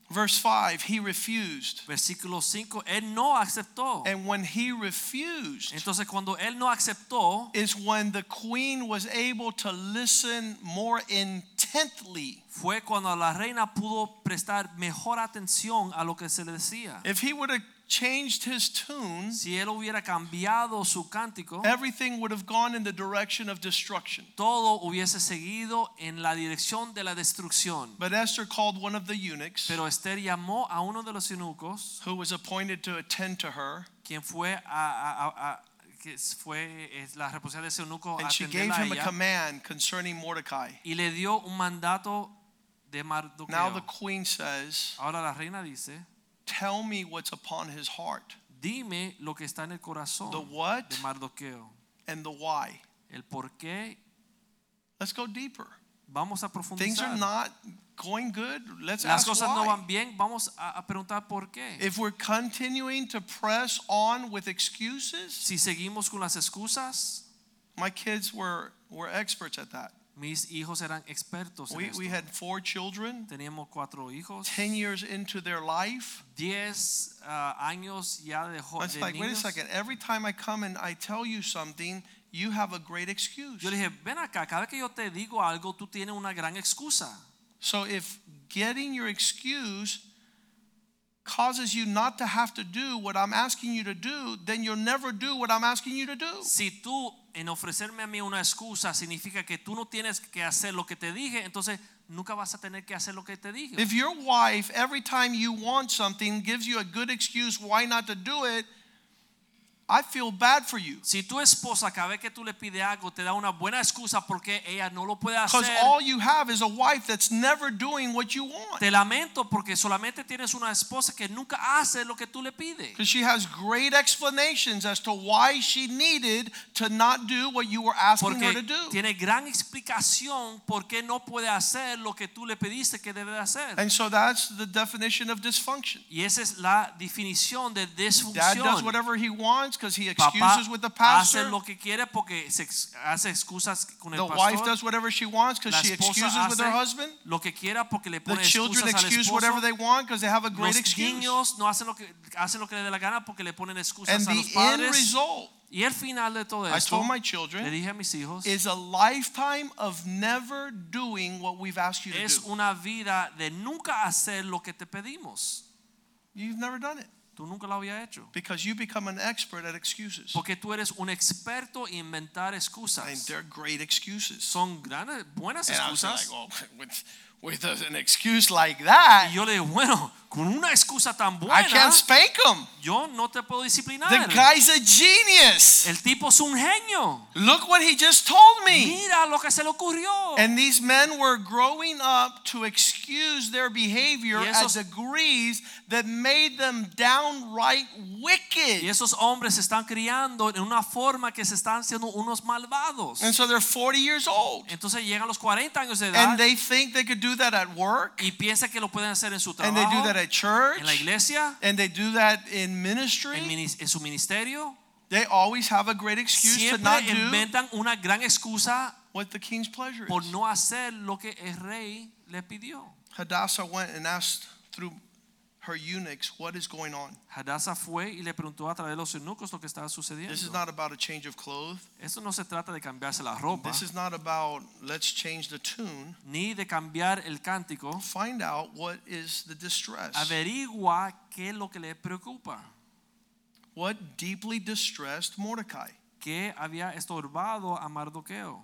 Speaker 1: Verse 5, he refused.
Speaker 2: Versículo 5, él no aceptó.
Speaker 1: And when he refused,
Speaker 2: Entonces cuando él no aceptó
Speaker 1: is when the queen was able to listen more intently.
Speaker 2: fue cuando la reina pudo prestar mejor atención a lo que se le decía.
Speaker 1: If he would have changed his tune,
Speaker 2: Si él hubiera cambiado su cántico,
Speaker 1: everything would have gone in the direction of destruction.
Speaker 2: todo hubiese seguido en la dirección de la destrucción.
Speaker 1: But Esther called one of the eunuchs
Speaker 2: Pero Esther llamó a uno de los eunucos,
Speaker 1: who was appointed to attend to her,
Speaker 2: quien fue a, a- a- a- que fue es la responsable de ese eunuco a
Speaker 1: and she gave
Speaker 2: atenderla Oh, a
Speaker 1: him a
Speaker 2: ella,
Speaker 1: command concerning Mordecai.
Speaker 2: y le dio un mandato de Mardoqueo.
Speaker 1: Now the queen says,
Speaker 2: Ahora la reina dice,
Speaker 1: Tell me what's upon his heart,
Speaker 2: dime lo que está en el corazón
Speaker 1: the what
Speaker 2: de Mardoqueo,
Speaker 1: and the why.
Speaker 2: el por qué.
Speaker 1: Let's go deeper.
Speaker 2: Vamos a
Speaker 1: Things are
Speaker 2: profundizar.
Speaker 1: not going good. Let's
Speaker 2: Las
Speaker 1: ask
Speaker 2: cosas no
Speaker 1: why.
Speaker 2: van bien, vamos a, a preguntar por qué.
Speaker 1: If we're continuing to press on with excuses,
Speaker 2: Si seguimos con las excusas,
Speaker 1: my kids were, were experts at that.
Speaker 2: mis hijos eran expertos en
Speaker 1: We,
Speaker 2: esto.
Speaker 1: we had four children,
Speaker 2: Teníamos cuatro hijos,
Speaker 1: 10 years into their life.
Speaker 2: diez ah, años ya de, jo-
Speaker 1: I was
Speaker 2: de
Speaker 1: like, wait a
Speaker 2: niños.
Speaker 1: second, every time I come and I tell you something, you have a great excuse.
Speaker 2: Yo le dije, ven acá, cada vez que yo te digo algo, tú tienes una gran excusa.
Speaker 1: So if getting your excuse causes you not to have to do what I'm asking you to do, then you'll never do what I'm asking you to do.
Speaker 2: Si tú en ofrecerme a mí una excusa significa que tú no tienes que hacer lo que te dije, entonces nunca vas a tener que hacer lo que te digo.
Speaker 1: If your wife, every time you want something, gives you a good excuse why not to do it, I feel bad for you.
Speaker 2: Si tu esposa cada vez que tú le pides algo te da una buena excusa porque ella no lo puede
Speaker 1: Because
Speaker 2: hacer,
Speaker 1: all you have is a wife that's never doing what you want.
Speaker 2: te lamento porque solamente tienes una esposa que nunca hace lo que tú le pides.
Speaker 1: Because she has great explanations as to why she needed to not do what you were asking her to
Speaker 2: Porque
Speaker 1: do.
Speaker 2: tiene gran explicación por qué no puede hacer lo que tú le pediste que debe de hacer.
Speaker 1: And so that's the definition of dysfunction.
Speaker 2: Y esa es la definición de
Speaker 1: Dad does
Speaker 2: disfunción.
Speaker 1: whatever he wants because he
Speaker 2: Papá
Speaker 1: excuses with the
Speaker 2: hace
Speaker 1: pastor.
Speaker 2: lo que quiere porque se ex- hace excusas con el
Speaker 1: The wife
Speaker 2: pastor.
Speaker 1: does whatever she wants because
Speaker 2: La
Speaker 1: she
Speaker 2: esposa
Speaker 1: excuses with her
Speaker 2: hace
Speaker 1: husband.
Speaker 2: lo que quiera porque le
Speaker 1: The
Speaker 2: pone
Speaker 1: children
Speaker 2: excusas al
Speaker 1: excuse
Speaker 2: esposo.
Speaker 1: whatever they want because they have a
Speaker 2: Los
Speaker 1: great excuse.
Speaker 2: niños no hacen lo que hacen lo que les dé la gana porque le ponen
Speaker 1: And
Speaker 2: excusas a
Speaker 1: the
Speaker 2: los
Speaker 1: end
Speaker 2: padres.
Speaker 1: result,
Speaker 2: Y el final de todo
Speaker 1: I
Speaker 2: esto,
Speaker 1: told my
Speaker 2: le
Speaker 1: children,
Speaker 2: dije a mis hijos,
Speaker 1: is a lifetime of never doing what we've asked you to
Speaker 2: es
Speaker 1: do.
Speaker 2: una vida de nunca hacer lo que te pedimos.
Speaker 1: You've never done it
Speaker 2: Tú nunca lo había hecho.
Speaker 1: because you become an expert at excuses.
Speaker 2: Porque tú eres un experto en inventar
Speaker 1: And
Speaker 2: excusas.
Speaker 1: they're great excuses.
Speaker 2: Son grandes, buenas
Speaker 1: And I was like,
Speaker 2: excusas.
Speaker 1: oh, [LAUGHS] with, with an excuse like
Speaker 2: Y
Speaker 1: that,
Speaker 2: yo le digo, bueno, con una excusa tan
Speaker 1: I
Speaker 2: buena,
Speaker 1: can't spank them.
Speaker 2: yo no te puedo disciplinar.
Speaker 1: The guy's a genius.
Speaker 2: El tipo es un genio.
Speaker 1: Look what he just told me.
Speaker 2: Mira lo que se le ocurrió.
Speaker 1: And these men were growing up to excuse their behavior
Speaker 2: Y
Speaker 1: at
Speaker 2: esos-
Speaker 1: degrees that made them downright
Speaker 2: Y
Speaker 1: wicked.
Speaker 2: esos hombres se están criando en una forma que se están siendo unos malvados.
Speaker 1: And so they're 40 years old.
Speaker 2: Entonces llegan a los 40 años de edad
Speaker 1: And they think they could do that at work.
Speaker 2: y piensan que lo pueden hacer en su
Speaker 1: And they do
Speaker 2: trabajo,
Speaker 1: that at church.
Speaker 2: en la iglesia,
Speaker 1: And they do that in
Speaker 2: en,
Speaker 1: ministry.
Speaker 2: minis- en su ministerio.
Speaker 1: They always have a great excuse to not
Speaker 2: Siempre
Speaker 1: do
Speaker 2: inventan una gran excusa
Speaker 1: what the king's pleasure
Speaker 2: por
Speaker 1: is.
Speaker 2: no hacer lo que el rey le pidió.
Speaker 1: Hadassah went and asked through her eunuchs what is going on.
Speaker 2: Hadassah fue y le preguntó a través de los eunucos lo que estaba
Speaker 1: This is
Speaker 2: sucediendo.
Speaker 1: not about a change of clothes.
Speaker 2: Esto no se trata de cambiarse la ropa
Speaker 1: This is not about let's change the tune.
Speaker 2: ni de cambiar el cántico.
Speaker 1: Find out what is the distress.
Speaker 2: Averigua qué es lo que le preocupa,
Speaker 1: What deeply distressed Mordecai?
Speaker 2: qué había estorbado a Mardoqueo.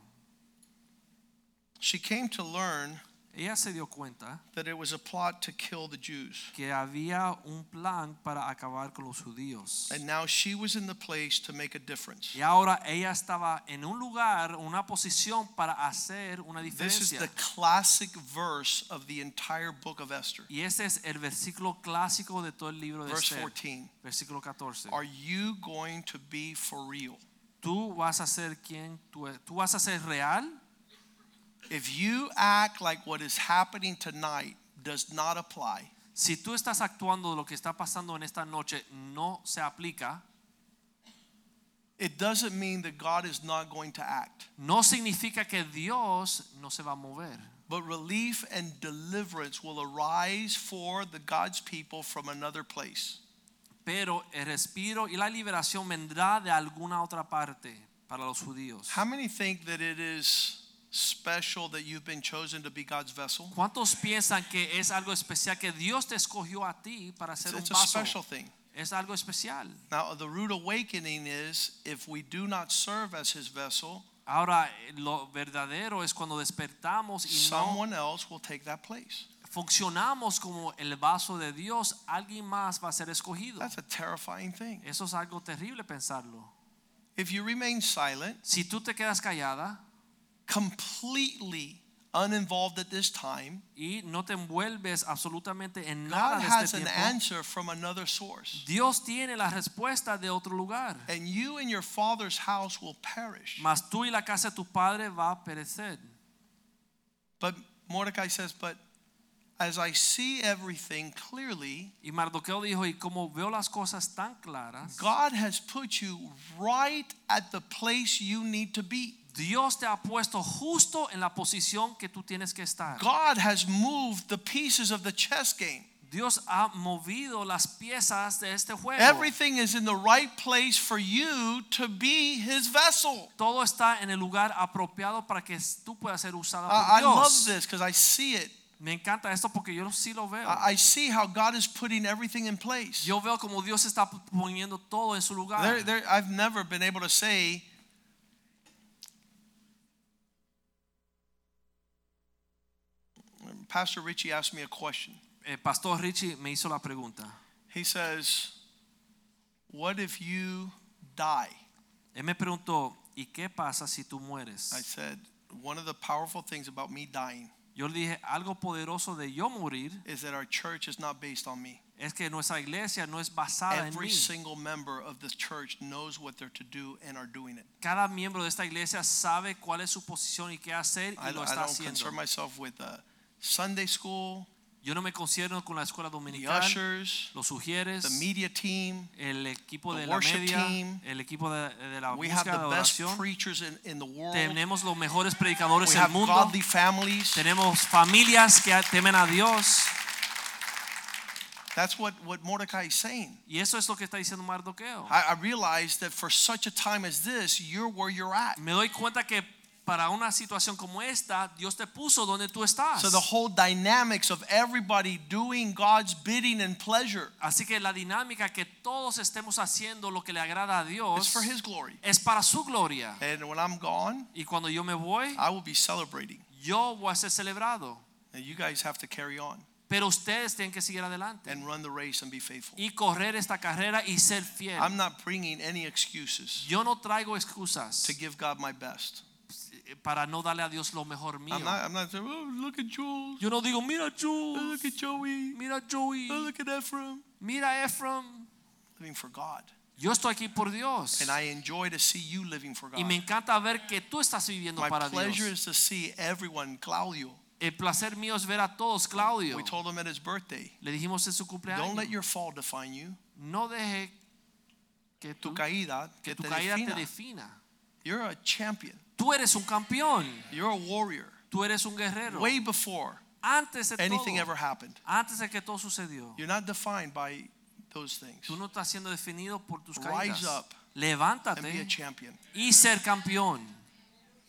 Speaker 1: She came to learn
Speaker 2: Ella se dio cuenta
Speaker 1: that it was a plot to kill the Jews.
Speaker 2: que había un plan para acabar con los judíos.
Speaker 1: And now she was in the place to make a difference.
Speaker 2: Y ahora ella estaba en un lugar, una posición para hacer una
Speaker 1: This is the
Speaker 2: diferencia.
Speaker 1: classic verse of the entire book of Esther.
Speaker 2: Y ese es el versículo clásico de todo el libro de
Speaker 1: Verse
Speaker 2: Esther.
Speaker 1: 14.
Speaker 2: Versículo 14.
Speaker 1: Are you going to be for real?
Speaker 2: Tú vas a ser quien tú, e- tú vas a ser real.
Speaker 1: If you act like what is happening tonight does not apply,
Speaker 2: Si tú estás actuando de lo que está pasando en esta noche no se aplica,
Speaker 1: it doesn't mean that God is not going to act.
Speaker 2: no significa que Dios no se va a mover.
Speaker 1: But relief and deliverance will arise for the God's people from another place.
Speaker 2: Pero el respiro y la liberación vendrá de alguna otra parte para los judíos.
Speaker 1: How many think that it is special that you've been chosen to be God's vessel?
Speaker 2: ¿Cuántos piensan que es algo especial que Dios te escogió a ti para
Speaker 1: It's,
Speaker 2: ser un
Speaker 1: it's a
Speaker 2: vaso?
Speaker 1: special thing.
Speaker 2: Es algo especial.
Speaker 1: Now, the root awakening is if we do not serve as his vessel,
Speaker 2: Ahora eh, lo verdadero es cuando despertamos y no
Speaker 1: someone else will take that place.
Speaker 2: funcionamos como el vaso de Dios, alguien más va a ser escogido.
Speaker 1: That's a terrifying thing.
Speaker 2: Eso es algo terrible pensarlo.
Speaker 1: If you remain silent,
Speaker 2: Si tú te quedas callada
Speaker 1: completely uninvolved at this time,
Speaker 2: y no te envuelves absolutamente en nada
Speaker 1: God
Speaker 2: de
Speaker 1: has
Speaker 2: este
Speaker 1: an
Speaker 2: tiempo,
Speaker 1: answer from another source.
Speaker 2: Dios tiene la respuesta de otro lugar.
Speaker 1: And you and your father's house will perish.
Speaker 2: Mas tú y la casa de tu padre va a perecer.
Speaker 1: But Mordecai says, But as I see everything clearly,
Speaker 2: Y Mardoqueo dijo, y como veo las cosas tan claras,
Speaker 1: God has put you right at the place you need to be.
Speaker 2: Dios te ha puesto justo en la posición que tú tienes que estar.
Speaker 1: God has moved the pieces of the chess game.
Speaker 2: Dios ha movido las piezas de este juego.
Speaker 1: Everything is in the right place for you to be his vessel.
Speaker 2: Todo está en el lugar apropiado para que tú puedas ser usada por
Speaker 1: I, I love
Speaker 2: Dios.
Speaker 1: this because I see it.
Speaker 2: Me encanta esto porque yo sí lo veo.
Speaker 1: I, I see how God is putting everything in place.
Speaker 2: yo veo como Dios está poniendo todo en su lugar.
Speaker 1: There, there, I've never been able to say, Pastor Richie asked me a question.
Speaker 2: El Eh, pastor Richie me hizo la pregunta.
Speaker 1: He says, What if you die?
Speaker 2: Él me preguntó, ¿y qué pasa si tú mueres?
Speaker 1: I said, One of the powerful things about me dying
Speaker 2: Yo le dije, algo poderoso de yo morir
Speaker 1: is that our church is not based on me.
Speaker 2: es que nuestra iglesia no es basada Ah, en
Speaker 1: Every
Speaker 2: mí.
Speaker 1: single member of this church knows what they're to do and are doing it.
Speaker 2: Cada miembro de esta iglesia sabe cuál es su posición y qué hacer
Speaker 1: I,
Speaker 2: y lo
Speaker 1: don't- I
Speaker 2: está
Speaker 1: don't concern
Speaker 2: haciendo.
Speaker 1: myself with uh, Sunday school,
Speaker 2: Yo no me concierno con la escuela
Speaker 1: the
Speaker 2: dominical,
Speaker 1: ushers,
Speaker 2: los
Speaker 1: the
Speaker 2: sugieres,
Speaker 1: media team.
Speaker 2: el equipo
Speaker 1: the
Speaker 2: de la
Speaker 1: worship
Speaker 2: media,
Speaker 1: team.
Speaker 2: el equipo de, de la
Speaker 1: We have
Speaker 2: búsqueda de
Speaker 1: the best
Speaker 2: oración.
Speaker 1: preachers in, in the world.
Speaker 2: Tenemos los mejores
Speaker 1: We
Speaker 2: predicadores del
Speaker 1: have
Speaker 2: mundo.
Speaker 1: godly families.
Speaker 2: Tenemos familias que temen a Dios.
Speaker 1: That's what, what Mordecai is saying.
Speaker 2: Y eso es lo que está diciendo Mardoqueo.
Speaker 1: I, I realize that for such a time as this, you're where you're at.
Speaker 2: Me doy cuenta que para una situación como esta, Dios te puso donde tú estás.
Speaker 1: So the whole dynamics of everybody doing God's bidding and pleasure
Speaker 2: Así que la dinámica que todos estemos haciendo lo que le agrada a
Speaker 1: is
Speaker 2: Dios
Speaker 1: for His glory.
Speaker 2: es para su gloria.
Speaker 1: And Ah. when I'm gone,
Speaker 2: Y cuando yo me voy,
Speaker 1: I will be celebrating.
Speaker 2: yo voy a ser celebrado.
Speaker 1: And you guys have to carry on
Speaker 2: Pero ustedes tienen que seguir adelante
Speaker 1: and run the race and be faithful.
Speaker 2: y correr esta carrera y ser fiel.
Speaker 1: I'm not bringing any excuses
Speaker 2: Yo no traigo excusas eh,
Speaker 1: to give God my best.
Speaker 2: para no darle a Dios lo mejor mío.
Speaker 1: I'm not, I'm not saying, oh, look at Jules.
Speaker 2: Yo no digo, mira
Speaker 1: Oh,
Speaker 2: Jules,
Speaker 1: look at Joey.
Speaker 2: mira
Speaker 1: Oh,
Speaker 2: Joey,
Speaker 1: look at Ephraim.
Speaker 2: mira Ephraim.
Speaker 1: Living for God.
Speaker 2: Yo estoy aquí por Dios.
Speaker 1: And I enjoy to see you living for God.
Speaker 2: Y me encanta ver que tú estás viviendo
Speaker 1: My
Speaker 2: para
Speaker 1: pleasure
Speaker 2: Dios.
Speaker 1: is to see everyone, Claudio.
Speaker 2: El placer mío es ver a todos, Claudio.
Speaker 1: We told him at his birthday,
Speaker 2: Le dijimos en su
Speaker 1: don't let
Speaker 2: cumpleaños,
Speaker 1: your fall define you.
Speaker 2: no deje que
Speaker 1: Tu
Speaker 2: tu,
Speaker 1: caída,
Speaker 2: que
Speaker 1: que
Speaker 2: tu
Speaker 1: te
Speaker 2: caída te
Speaker 1: defina.
Speaker 2: defina.
Speaker 1: You're a champion.
Speaker 2: Tú eres un campeón,
Speaker 1: You're a warrior.
Speaker 2: tú eres un guerrero.
Speaker 1: Way before
Speaker 2: Antes de
Speaker 1: anything ever
Speaker 2: todo,
Speaker 1: happened.
Speaker 2: antes de que todo sucedió,
Speaker 1: You're not defined by those things.
Speaker 2: tú no estás siendo definido por tus
Speaker 1: Rise
Speaker 2: caídas.
Speaker 1: up And be a
Speaker 2: Levántate
Speaker 1: champion.
Speaker 2: y ser campeón.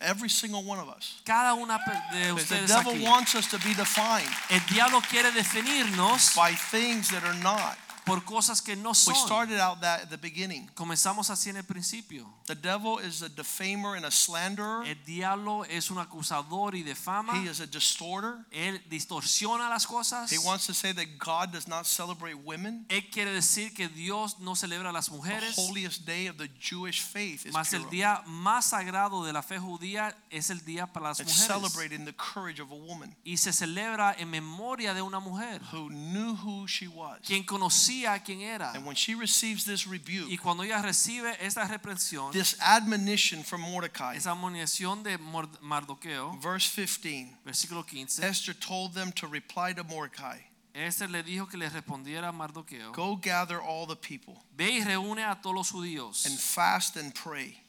Speaker 1: Every single one of us.
Speaker 2: Cada una pe- de
Speaker 1: Because the
Speaker 2: ustedes
Speaker 1: devil
Speaker 2: aquí.
Speaker 1: wants us to be defined
Speaker 2: El diablo quiere definirnos
Speaker 1: by things that are not.
Speaker 2: por cosas que no
Speaker 1: We
Speaker 2: son.
Speaker 1: started out that at the beginning.
Speaker 2: Comenzamos así en el principio.
Speaker 1: The devil is a defamer and a slanderer.
Speaker 2: El diablo es un acusador y de fama.
Speaker 1: He is a distorter.
Speaker 2: Él distorsiona las cosas.
Speaker 1: He wants to say that God does not celebrate women.
Speaker 2: Él quiere decir que Dios no celebra a las
Speaker 1: The
Speaker 2: mujeres.
Speaker 1: holiest day of the Jewish faith is
Speaker 2: Mas el
Speaker 1: Purim.
Speaker 2: día más sagrado de la fe judía es el día para las
Speaker 1: It's
Speaker 2: mujeres.
Speaker 1: celebrating the courage of a woman
Speaker 2: Y se celebra en memoria de una mujer
Speaker 1: who knew who she was.
Speaker 2: quien conocía a quién era.
Speaker 1: And when she receives this
Speaker 2: Y
Speaker 1: rebuke,
Speaker 2: cuando ella recibe esta reprensión,
Speaker 1: this admonition from Mordecai,
Speaker 2: esa amunición de Mord- Mardoqueo,
Speaker 1: verse 15,
Speaker 2: versículo 15,
Speaker 1: Esther told them to reply to Mordecai,
Speaker 2: Esther este le dijo que le respondiera a Mardoqueo,
Speaker 1: Go gather all the people
Speaker 2: ve y reúne a todos los judíos
Speaker 1: and fast and pray.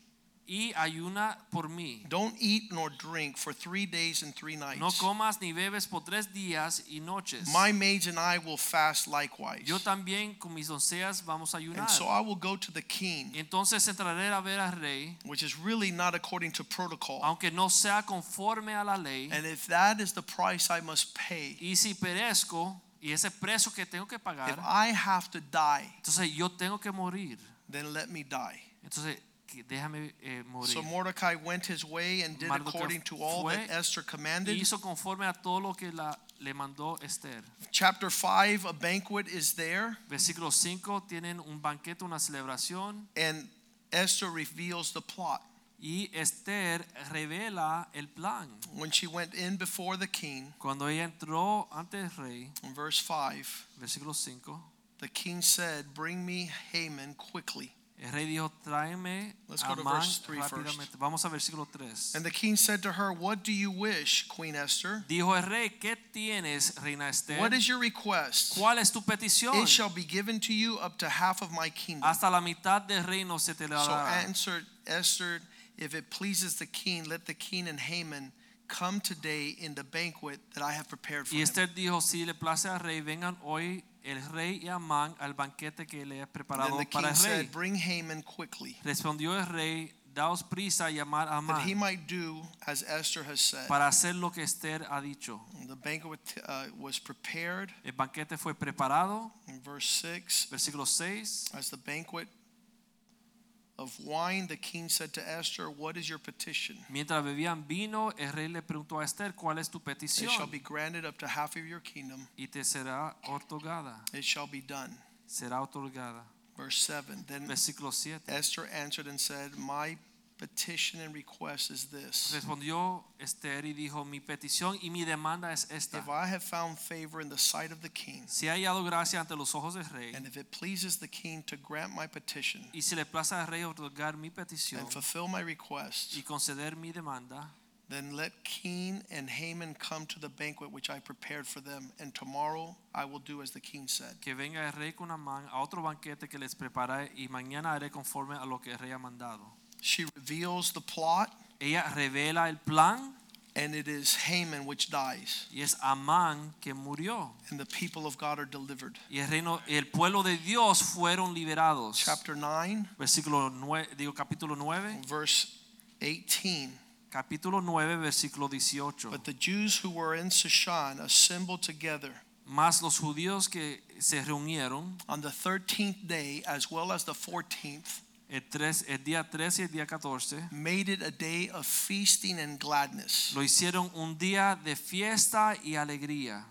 Speaker 2: y ayuna por mí.
Speaker 1: Don't eat nor drink for three days and three nights.
Speaker 2: No comas ni bebes por tres días y noches.
Speaker 1: My maids and I will fast likewise.
Speaker 2: Yo también con mis doncellas vamos a ayunar.
Speaker 1: And so I will go to the king,
Speaker 2: Y Entonces entraré a ver al rey,
Speaker 1: which is really not according to protocol.
Speaker 2: aunque no sea conforme a la ley.
Speaker 1: And if that is the price I must pay,
Speaker 2: Y si perezco, y ese precio que tengo que
Speaker 1: if
Speaker 2: pagar,
Speaker 1: I have to die,
Speaker 2: entonces yo tengo que morir.
Speaker 1: then let me die.
Speaker 2: Entonces que déjame eh, morir.
Speaker 1: So Mordecai went his way and did
Speaker 2: Mardocheo
Speaker 1: according to all
Speaker 2: fue
Speaker 1: that Esther
Speaker 2: Y
Speaker 1: commanded.
Speaker 2: hizo conforme a todo lo que la, le mandó Esther.
Speaker 1: Chapter 5, a banquet is there,
Speaker 2: Versículo 5, tienen un banquete, una celebración,
Speaker 1: and Esther reveals the plot.
Speaker 2: y Esther revela el plan.
Speaker 1: When she went in before the king,
Speaker 2: Cuando ella entró ante el rey,
Speaker 1: in verse 5,
Speaker 2: versículo 5,
Speaker 1: the king said, Bring me Haman quickly.
Speaker 2: el rey dijo, tráeme
Speaker 1: Let's
Speaker 2: a
Speaker 1: go to
Speaker 2: Amán
Speaker 1: verse three first.
Speaker 2: rápidamente. Vamos a versículo 3.
Speaker 1: And the king said to her, What do you wish, Queen Esther?
Speaker 2: Dijo el rey, ¿qué tienes, reina Esther?
Speaker 1: What is your request?
Speaker 2: ¿Cuál es tu petición?
Speaker 1: It shall be given to you up to half of my kingdom.
Speaker 2: Hasta la mitad del reino se te Ah, la
Speaker 1: So
Speaker 2: dará.
Speaker 1: answered Esther, If it pleases the king, let the king and Haman come today in the banquet that I have prepared for
Speaker 2: Y
Speaker 1: him.
Speaker 2: Esther dijo, si le place al rey, vengan hoy el rey y Amán al banquete que le he preparado
Speaker 1: Then the
Speaker 2: para
Speaker 1: king
Speaker 2: el rey.
Speaker 1: said, Bring Haman quickly,
Speaker 2: Respondió el rey, daos prisa a llamar a
Speaker 1: that he
Speaker 2: Amán
Speaker 1: might do as Esther has said.
Speaker 2: para hacer lo que Esther ha dicho.
Speaker 1: The banquet uh, was prepared,
Speaker 2: El banquete fue preparado,
Speaker 1: in verse 6,
Speaker 2: versículo 6.
Speaker 1: as the banquet of wine, the king said to Esther, What is your petition?
Speaker 2: Mientras bebían vino, el rey le preguntó a Esther, ¿cuál es tu
Speaker 1: It shall
Speaker 2: petición?
Speaker 1: be granted up to half of your kingdom.
Speaker 2: Y te será otorgada.
Speaker 1: It shall be done.
Speaker 2: Será otorgada.
Speaker 1: Verse 7. Then
Speaker 2: Versículo 7.
Speaker 1: Esther answered and said, My petition and request is this.
Speaker 2: Respondió Esther y dijo, mi petición y mi demanda es esta.
Speaker 1: If I have found favor in the sight of the king,
Speaker 2: Si ha hallado gracia ante los ojos del rey,
Speaker 1: and if it pleases the king to grant my petition
Speaker 2: y si le place al rey otorgar mi petición
Speaker 1: and fulfill my request,
Speaker 2: y conceder mi demanda,
Speaker 1: Then let Keen and Haman come to the banquet which I prepared for them, and tomorrow I will do as the king said.
Speaker 2: que venga el rey con Amán a otro banquete que les prepararé y mañana haré conforme a lo que el rey ha mandado.
Speaker 1: She reveals the plot,
Speaker 2: Ella revela el plan
Speaker 1: and it is Haman which dies,
Speaker 2: y es Amán que murió.
Speaker 1: and the people of God are delivered.
Speaker 2: Y el reino, el pueblo de Dios fueron liberados.
Speaker 1: Chapter 9,
Speaker 2: Versículo 9, digo capítulo 9,
Speaker 1: verse 18.
Speaker 2: capítulo 9, versículo 18.
Speaker 1: But the Jews who were in Sishan assembled together
Speaker 2: Mas los judíos que se reunieron
Speaker 1: on the 13th day, as well as the 14th,
Speaker 2: el, tres- el día 13 y el día 14,
Speaker 1: made it a day of feasting and gladness,
Speaker 2: lo hicieron un día de fiesta y alegría,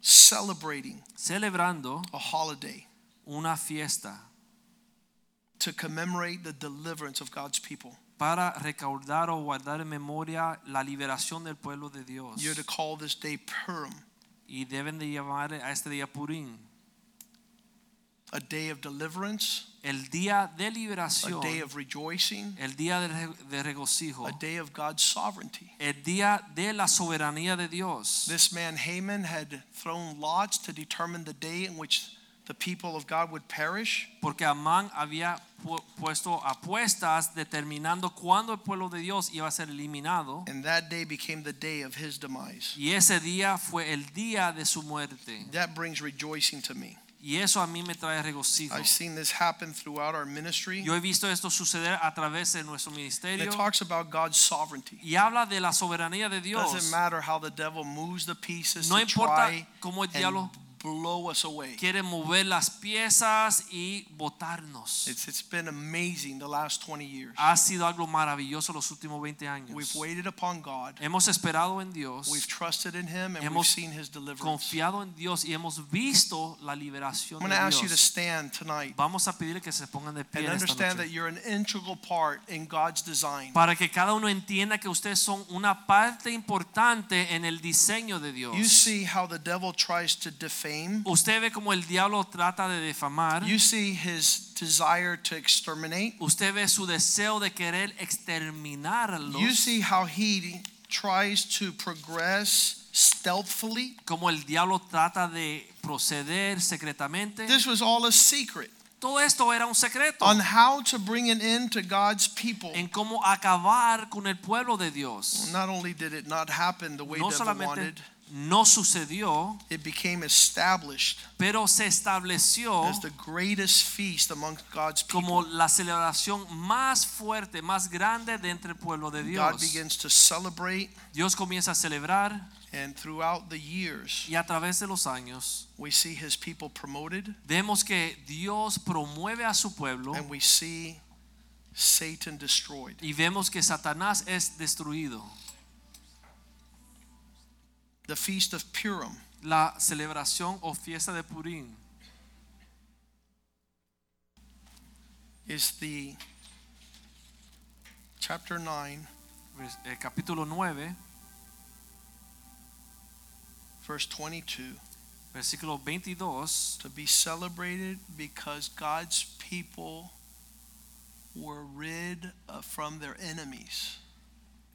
Speaker 1: celebrating
Speaker 2: celebrando
Speaker 1: a holiday.
Speaker 2: una fiesta
Speaker 1: to commemorate the deliverance of God's people.
Speaker 2: para recaudar o guardar en memoria la liberación del pueblo de Dios.
Speaker 1: You're to call this day Purim,
Speaker 2: Y deben de llamar a este día Purim,
Speaker 1: a day of deliverance,
Speaker 2: el día de
Speaker 1: a
Speaker 2: liberación,
Speaker 1: day of rejoicing,
Speaker 2: el día de, re- de regocijo,
Speaker 1: a day of God's sovereignty.
Speaker 2: el día de la soberanía de Dios.
Speaker 1: This man Haman had thrown lots to determine the day in which the people of God would perish.
Speaker 2: Porque Amán había pu- puesto apuestas determinando cuándo el pueblo de Dios iba a ser eliminado.
Speaker 1: And that day became the day of his demise.
Speaker 2: Y ese día fue el día de su muerte.
Speaker 1: That brings rejoicing to me.
Speaker 2: Y eso a mí me trae regocijo.
Speaker 1: I've seen this happen throughout our ministry.
Speaker 2: Yo he visto esto suceder a través de nuestro
Speaker 1: And
Speaker 2: ministerio.
Speaker 1: it talks about God's sovereignty.
Speaker 2: Y habla de la soberanía de
Speaker 1: Doesn't
Speaker 2: Dios.
Speaker 1: matter how the devil moves the pieces
Speaker 2: No
Speaker 1: to
Speaker 2: importa
Speaker 1: try
Speaker 2: cómo el
Speaker 1: and
Speaker 2: diablo
Speaker 1: blow us away.
Speaker 2: quiere mover las piezas y botarnos.
Speaker 1: It's, it's been amazing the last 20 years.
Speaker 2: Ha sido algo maravilloso los últimos 20
Speaker 1: We've
Speaker 2: años.
Speaker 1: waited upon God.
Speaker 2: Hemos esperado en Dios.
Speaker 1: We've trusted in Him and we've
Speaker 2: Hemos
Speaker 1: seen His deliverance.
Speaker 2: confiado en Dios y hemos visto la liberación
Speaker 1: I'm going to ask
Speaker 2: de
Speaker 1: you to
Speaker 2: Dios.
Speaker 1: stand tonight
Speaker 2: Vamos a pedir que se pongan de pie
Speaker 1: and
Speaker 2: en esta
Speaker 1: understand that
Speaker 2: noche.
Speaker 1: you're an integral part in God's design.
Speaker 2: para que cada uno entienda que ustedes son una parte importante en el diseño de Dios.
Speaker 1: You see how the devil tries to defame,
Speaker 2: Usted ve como el diablo trata de difamar.
Speaker 1: you see his desire to exterminate,
Speaker 2: Usted ve su deseo de querer exterminarlos.
Speaker 1: you see how he tries to progress stealthily.
Speaker 2: como el diablo trata de proceder secretamente.
Speaker 1: This was all a secret
Speaker 2: Todo esto era un secreto
Speaker 1: on how to bring an end to God's people.
Speaker 2: en cómo acabar con el pueblo de Dios.
Speaker 1: Not only did it not happen the way
Speaker 2: No
Speaker 1: devil
Speaker 2: solamente
Speaker 1: wanted,
Speaker 2: no sucedió,
Speaker 1: it became established
Speaker 2: pero se estableció
Speaker 1: as the greatest feast amongst God's
Speaker 2: como
Speaker 1: people.
Speaker 2: la celebración más fuerte, más grande de entre el pueblo de
Speaker 1: God
Speaker 2: Dios.
Speaker 1: begins to celebrate,
Speaker 2: Dios comienza a celebrar
Speaker 1: and throughout the years,
Speaker 2: y a través de los años
Speaker 1: we see His people promoted,
Speaker 2: vemos que Dios promueve a su pueblo
Speaker 1: and we see Satan destroyed.
Speaker 2: y vemos que Satanás es destruido.
Speaker 1: The feast of Purim
Speaker 2: La celebración o fiesta de Purim
Speaker 1: is the chapter 9,
Speaker 2: vers- eh, capítulo 9,
Speaker 1: verse 22,
Speaker 2: versículo 22,
Speaker 1: to be celebrated because God's people were rid of, from their enemies.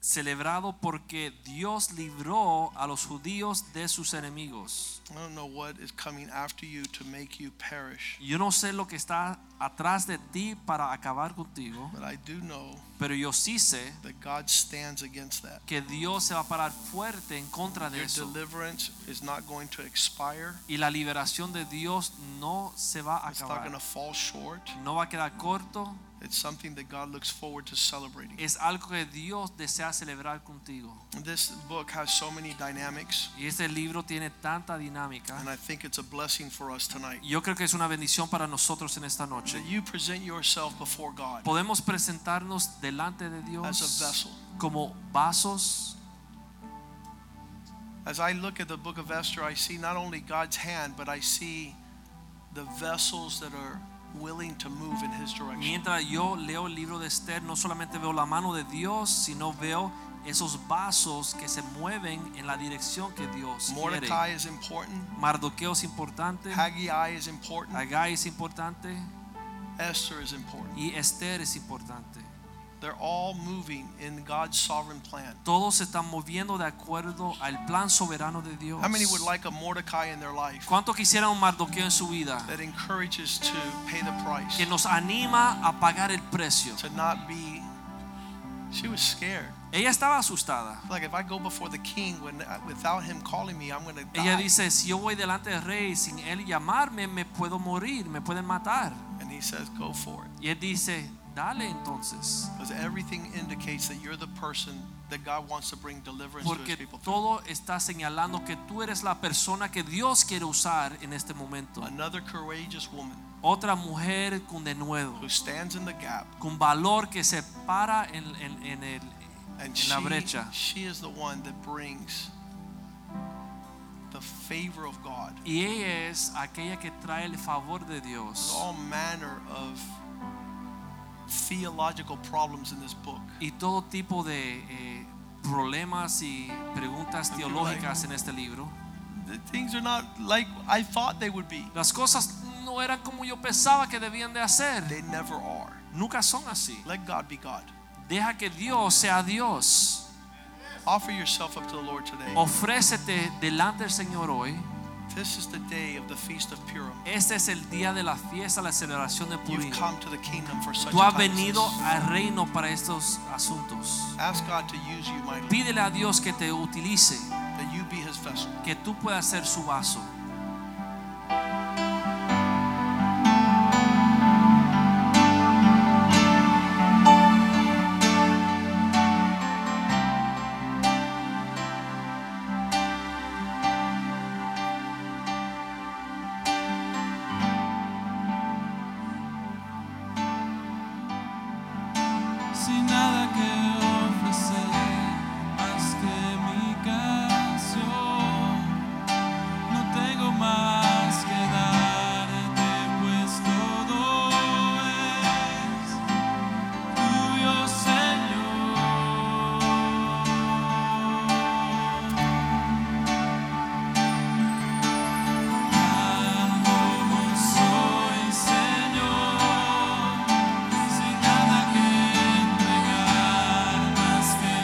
Speaker 2: celebrado porque Dios libró a los judíos de sus enemigos.
Speaker 1: I don't know what is coming after you to make you perish,
Speaker 2: Yo no sé lo que está atrás de ti para acabar contigo,
Speaker 1: but I do know
Speaker 2: pero yo sí sé
Speaker 1: that God stands against that.
Speaker 2: que Dios se va a parar fuerte en contra de
Speaker 1: Your
Speaker 2: eso.
Speaker 1: deliverance is not going to expire.
Speaker 2: Y la liberación de Dios no se va a
Speaker 1: It's not going to
Speaker 2: acabar.
Speaker 1: fall short.
Speaker 2: No va a quedar corto.
Speaker 1: It's something that God looks forward to celebrating.
Speaker 2: es algo que Dios desea celebrar contigo.
Speaker 1: This book has so many dynamics,
Speaker 2: Y este libro tiene tanta dinámica.
Speaker 1: and I think it's a blessing for us tonight
Speaker 2: Yo creo que es una bendición para nosotros en esta noche.
Speaker 1: that you present yourself before God
Speaker 2: Podemos presentarnos delante de
Speaker 1: as a
Speaker 2: Dios
Speaker 1: vessel.
Speaker 2: como vasos.
Speaker 1: As I look at the book of Esther, I see not only God's hand, but I see the vessels that are willing to move in His direction.
Speaker 2: Mientras yo leo el libro de Esther, no solamente veo la mano de Dios, sino veo esos vasos que se mueven en la dirección que Dios quiere.
Speaker 1: Mordecai is important,
Speaker 2: Mardoqueo es importante,
Speaker 1: Haggai is important,
Speaker 2: Haggai es importante
Speaker 1: Esther is important.
Speaker 2: y Esther es importante.
Speaker 1: They're all moving in God's sovereign plan.
Speaker 2: Todos se están moviendo de acuerdo al plan soberano de Dios.
Speaker 1: How many would like a Mordecai in their life
Speaker 2: ¿Cuánto quisiera un Mardoqueo en su vida
Speaker 1: that encourages to pay the price,
Speaker 2: que nos anima a pagar el precio?
Speaker 1: to not be? She was scared.
Speaker 2: Ella estaba asustada.
Speaker 1: Like if I go before the king when without him calling me, I'm going to
Speaker 2: Ella
Speaker 1: die.
Speaker 2: dice, si yo voy delante del rey sin él llamarme, me puedo morir, me pueden matar.
Speaker 1: And he says, "Go for it,"
Speaker 2: Y él dice, dale entonces.
Speaker 1: because everything indicates that you're the person that God wants to bring deliverance to His
Speaker 2: Porque
Speaker 1: people. through.
Speaker 2: todo está señalando que tú eres la persona que Dios quiere usar en este momento.
Speaker 1: Another courageous woman
Speaker 2: Otra mujer con denuedo,
Speaker 1: who stands in the gap,
Speaker 2: con valor que se para en, en- en el-
Speaker 1: and
Speaker 2: en la
Speaker 1: she,
Speaker 2: brecha.
Speaker 1: she is the one that brings the favor of God,
Speaker 2: Y ella es aquella que trae el favor de Dios.
Speaker 1: all manner of theological problems in this book.
Speaker 2: Y todo tipo de eh, problemas y preguntas teológicas en este libro.
Speaker 1: The things are not like I thought they would be.
Speaker 2: Las cosas no eran como yo pensaba que debían de hacer.
Speaker 1: They never are.
Speaker 2: Nunca son así.
Speaker 1: Let God be God.
Speaker 2: Deja que Dios sea Dios.
Speaker 1: Offer yourself up to the Lord today.
Speaker 2: Oh. Ofrécete delante del Señor hoy.
Speaker 1: This is the day of the Feast of Purim.
Speaker 2: Este es el día de la fiesta, la celebración de
Speaker 1: You've
Speaker 2: Purim.
Speaker 1: come to the kingdom for such a
Speaker 2: Tú has
Speaker 1: time as
Speaker 2: venido
Speaker 1: this.
Speaker 2: al reino para estos asuntos.
Speaker 1: Ask God to use you mightily,
Speaker 2: Pídele a Dios que te utilice,
Speaker 1: that you be his vessel.
Speaker 2: que tú puedas ser su vaso.
Speaker 3: Sin nada que ofrecer más que mi canción, no tengo más que darte, pues todo es tuyo, Señor. Tal como soy, Señor. Sin nada que entregar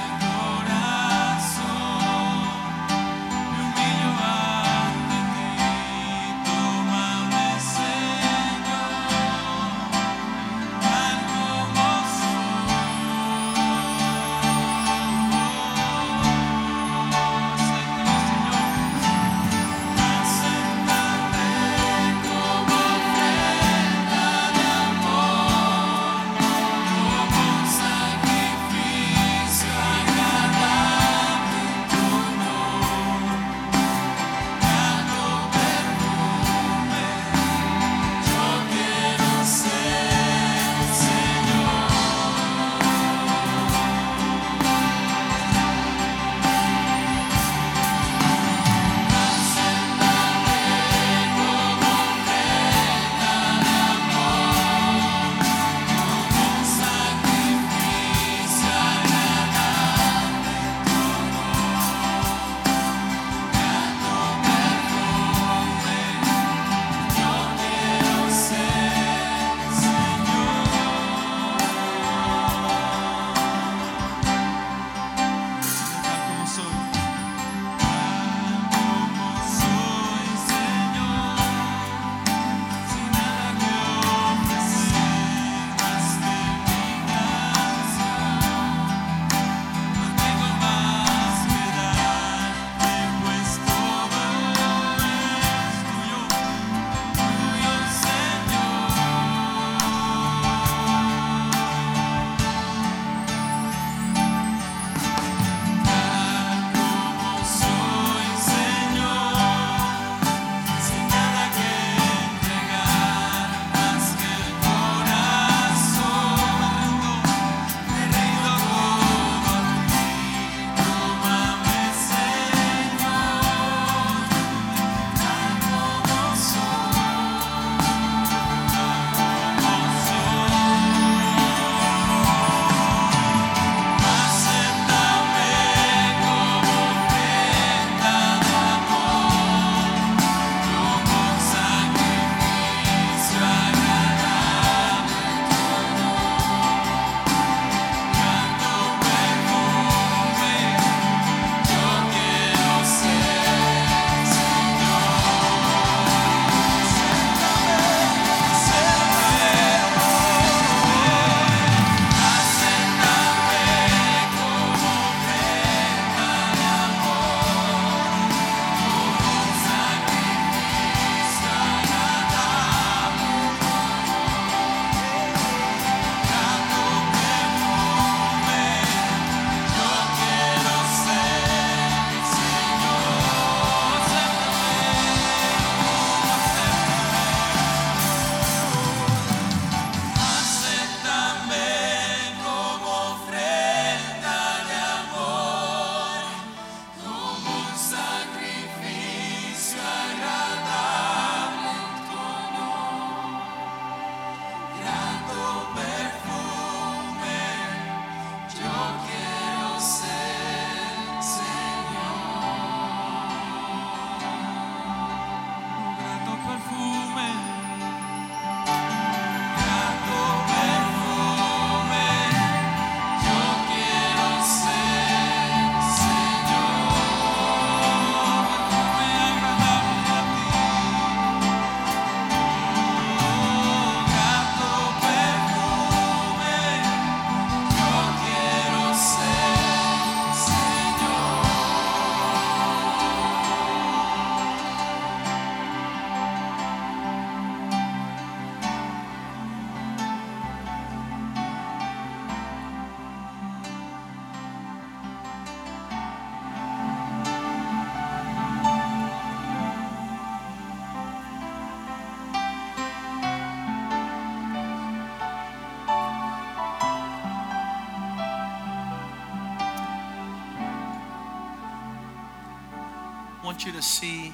Speaker 1: want you to see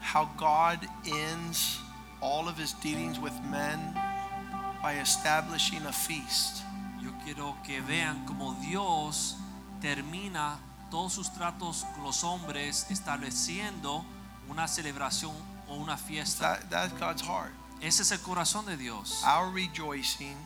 Speaker 1: how God ends all of his dealings with men by establishing a feast.
Speaker 2: Yo quiero que vean cómo Dios termina todos sus tratos con los hombres estableciendo una celebración o una fiesta.
Speaker 1: That, that's God's heart.
Speaker 2: Ese es el corazón de Dios.
Speaker 1: Our rejoicing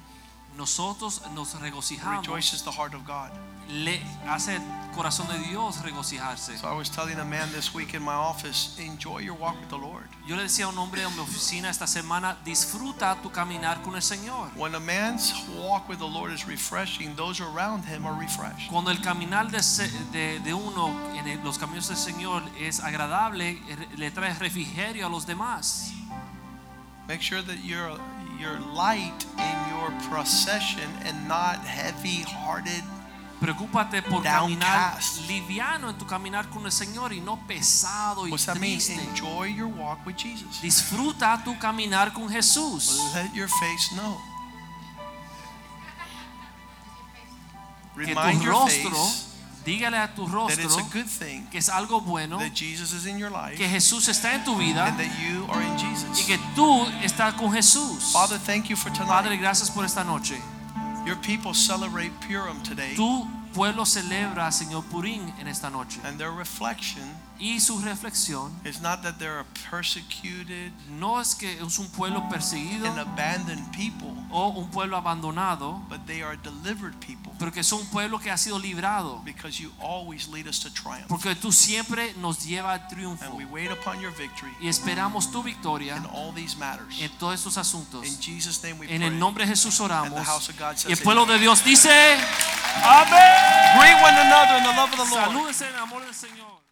Speaker 2: Nosotros nos regocijamos.
Speaker 1: rejoices the heart of God.
Speaker 2: Le hace el corazón de Dios regocijarse.
Speaker 1: So I was telling a man this week in my office, enjoy your walk with the Lord.
Speaker 2: Yo le decía a un hombre en mi oficina esta semana, disfruta tu caminar con el Señor.
Speaker 1: When a man's walk with the Lord is refreshing, those around him are refreshed.
Speaker 2: Cuando el caminar de, se- de- de uno en el- los caminos del Señor es agradable, er- le trae refrigerio a los demás.
Speaker 1: Make sure that you're you're light in your procession and not heavy-hearted.
Speaker 2: Preocúpate por caminar
Speaker 1: Downcast.
Speaker 2: liviano en tu caminar con el Señor y no pesado y
Speaker 1: What's that mean?
Speaker 2: triste.
Speaker 1: Enjoy your walk with Jesus.
Speaker 2: Disfruta tu caminar con Jesús.
Speaker 1: Let your face know.
Speaker 2: Que
Speaker 1: Remind
Speaker 2: tu
Speaker 1: your
Speaker 2: rostro,
Speaker 1: face
Speaker 2: dígale a tu
Speaker 1: that it's
Speaker 2: rostro
Speaker 1: a good thing
Speaker 2: que es algo bueno,
Speaker 1: that Jesus is in your life
Speaker 2: que Jesús está en tu vida
Speaker 1: and that you are in
Speaker 2: y
Speaker 1: Jesus.
Speaker 2: que tú estás con Jesús.
Speaker 1: Father, thank you for
Speaker 2: Padre,
Speaker 1: tonight.
Speaker 2: gracias por esta noche.
Speaker 1: Your people celebrate Purim today,
Speaker 2: Tu pueblo celebra, Señor Purín, en esta noche.
Speaker 1: and their reflection
Speaker 2: Y su reflexión
Speaker 1: is not that they're a persecuted
Speaker 2: no es que es un pueblo perseguido
Speaker 1: and abandoned people,
Speaker 2: o un pueblo abandonado,
Speaker 1: but they are delivered people
Speaker 2: pero que son un pueblo que ha sido librado.
Speaker 1: because you always lead us to triumph.
Speaker 2: Porque tú siempre nos lleva al triunfo
Speaker 1: And we wait upon your victory
Speaker 2: y esperamos tu
Speaker 1: in
Speaker 2: victoria
Speaker 1: all these matters.
Speaker 2: en todos estos
Speaker 1: In
Speaker 2: asuntos.
Speaker 1: Jesus' name we pray.
Speaker 2: En el nombre de Jesús
Speaker 1: And the
Speaker 2: oramos.
Speaker 1: house of God says
Speaker 2: Y el
Speaker 1: amen.
Speaker 2: pueblo de Dios dice, amén.
Speaker 1: Greet one another in the love of the Lord.
Speaker 2: Salúdense en el amor del Señor.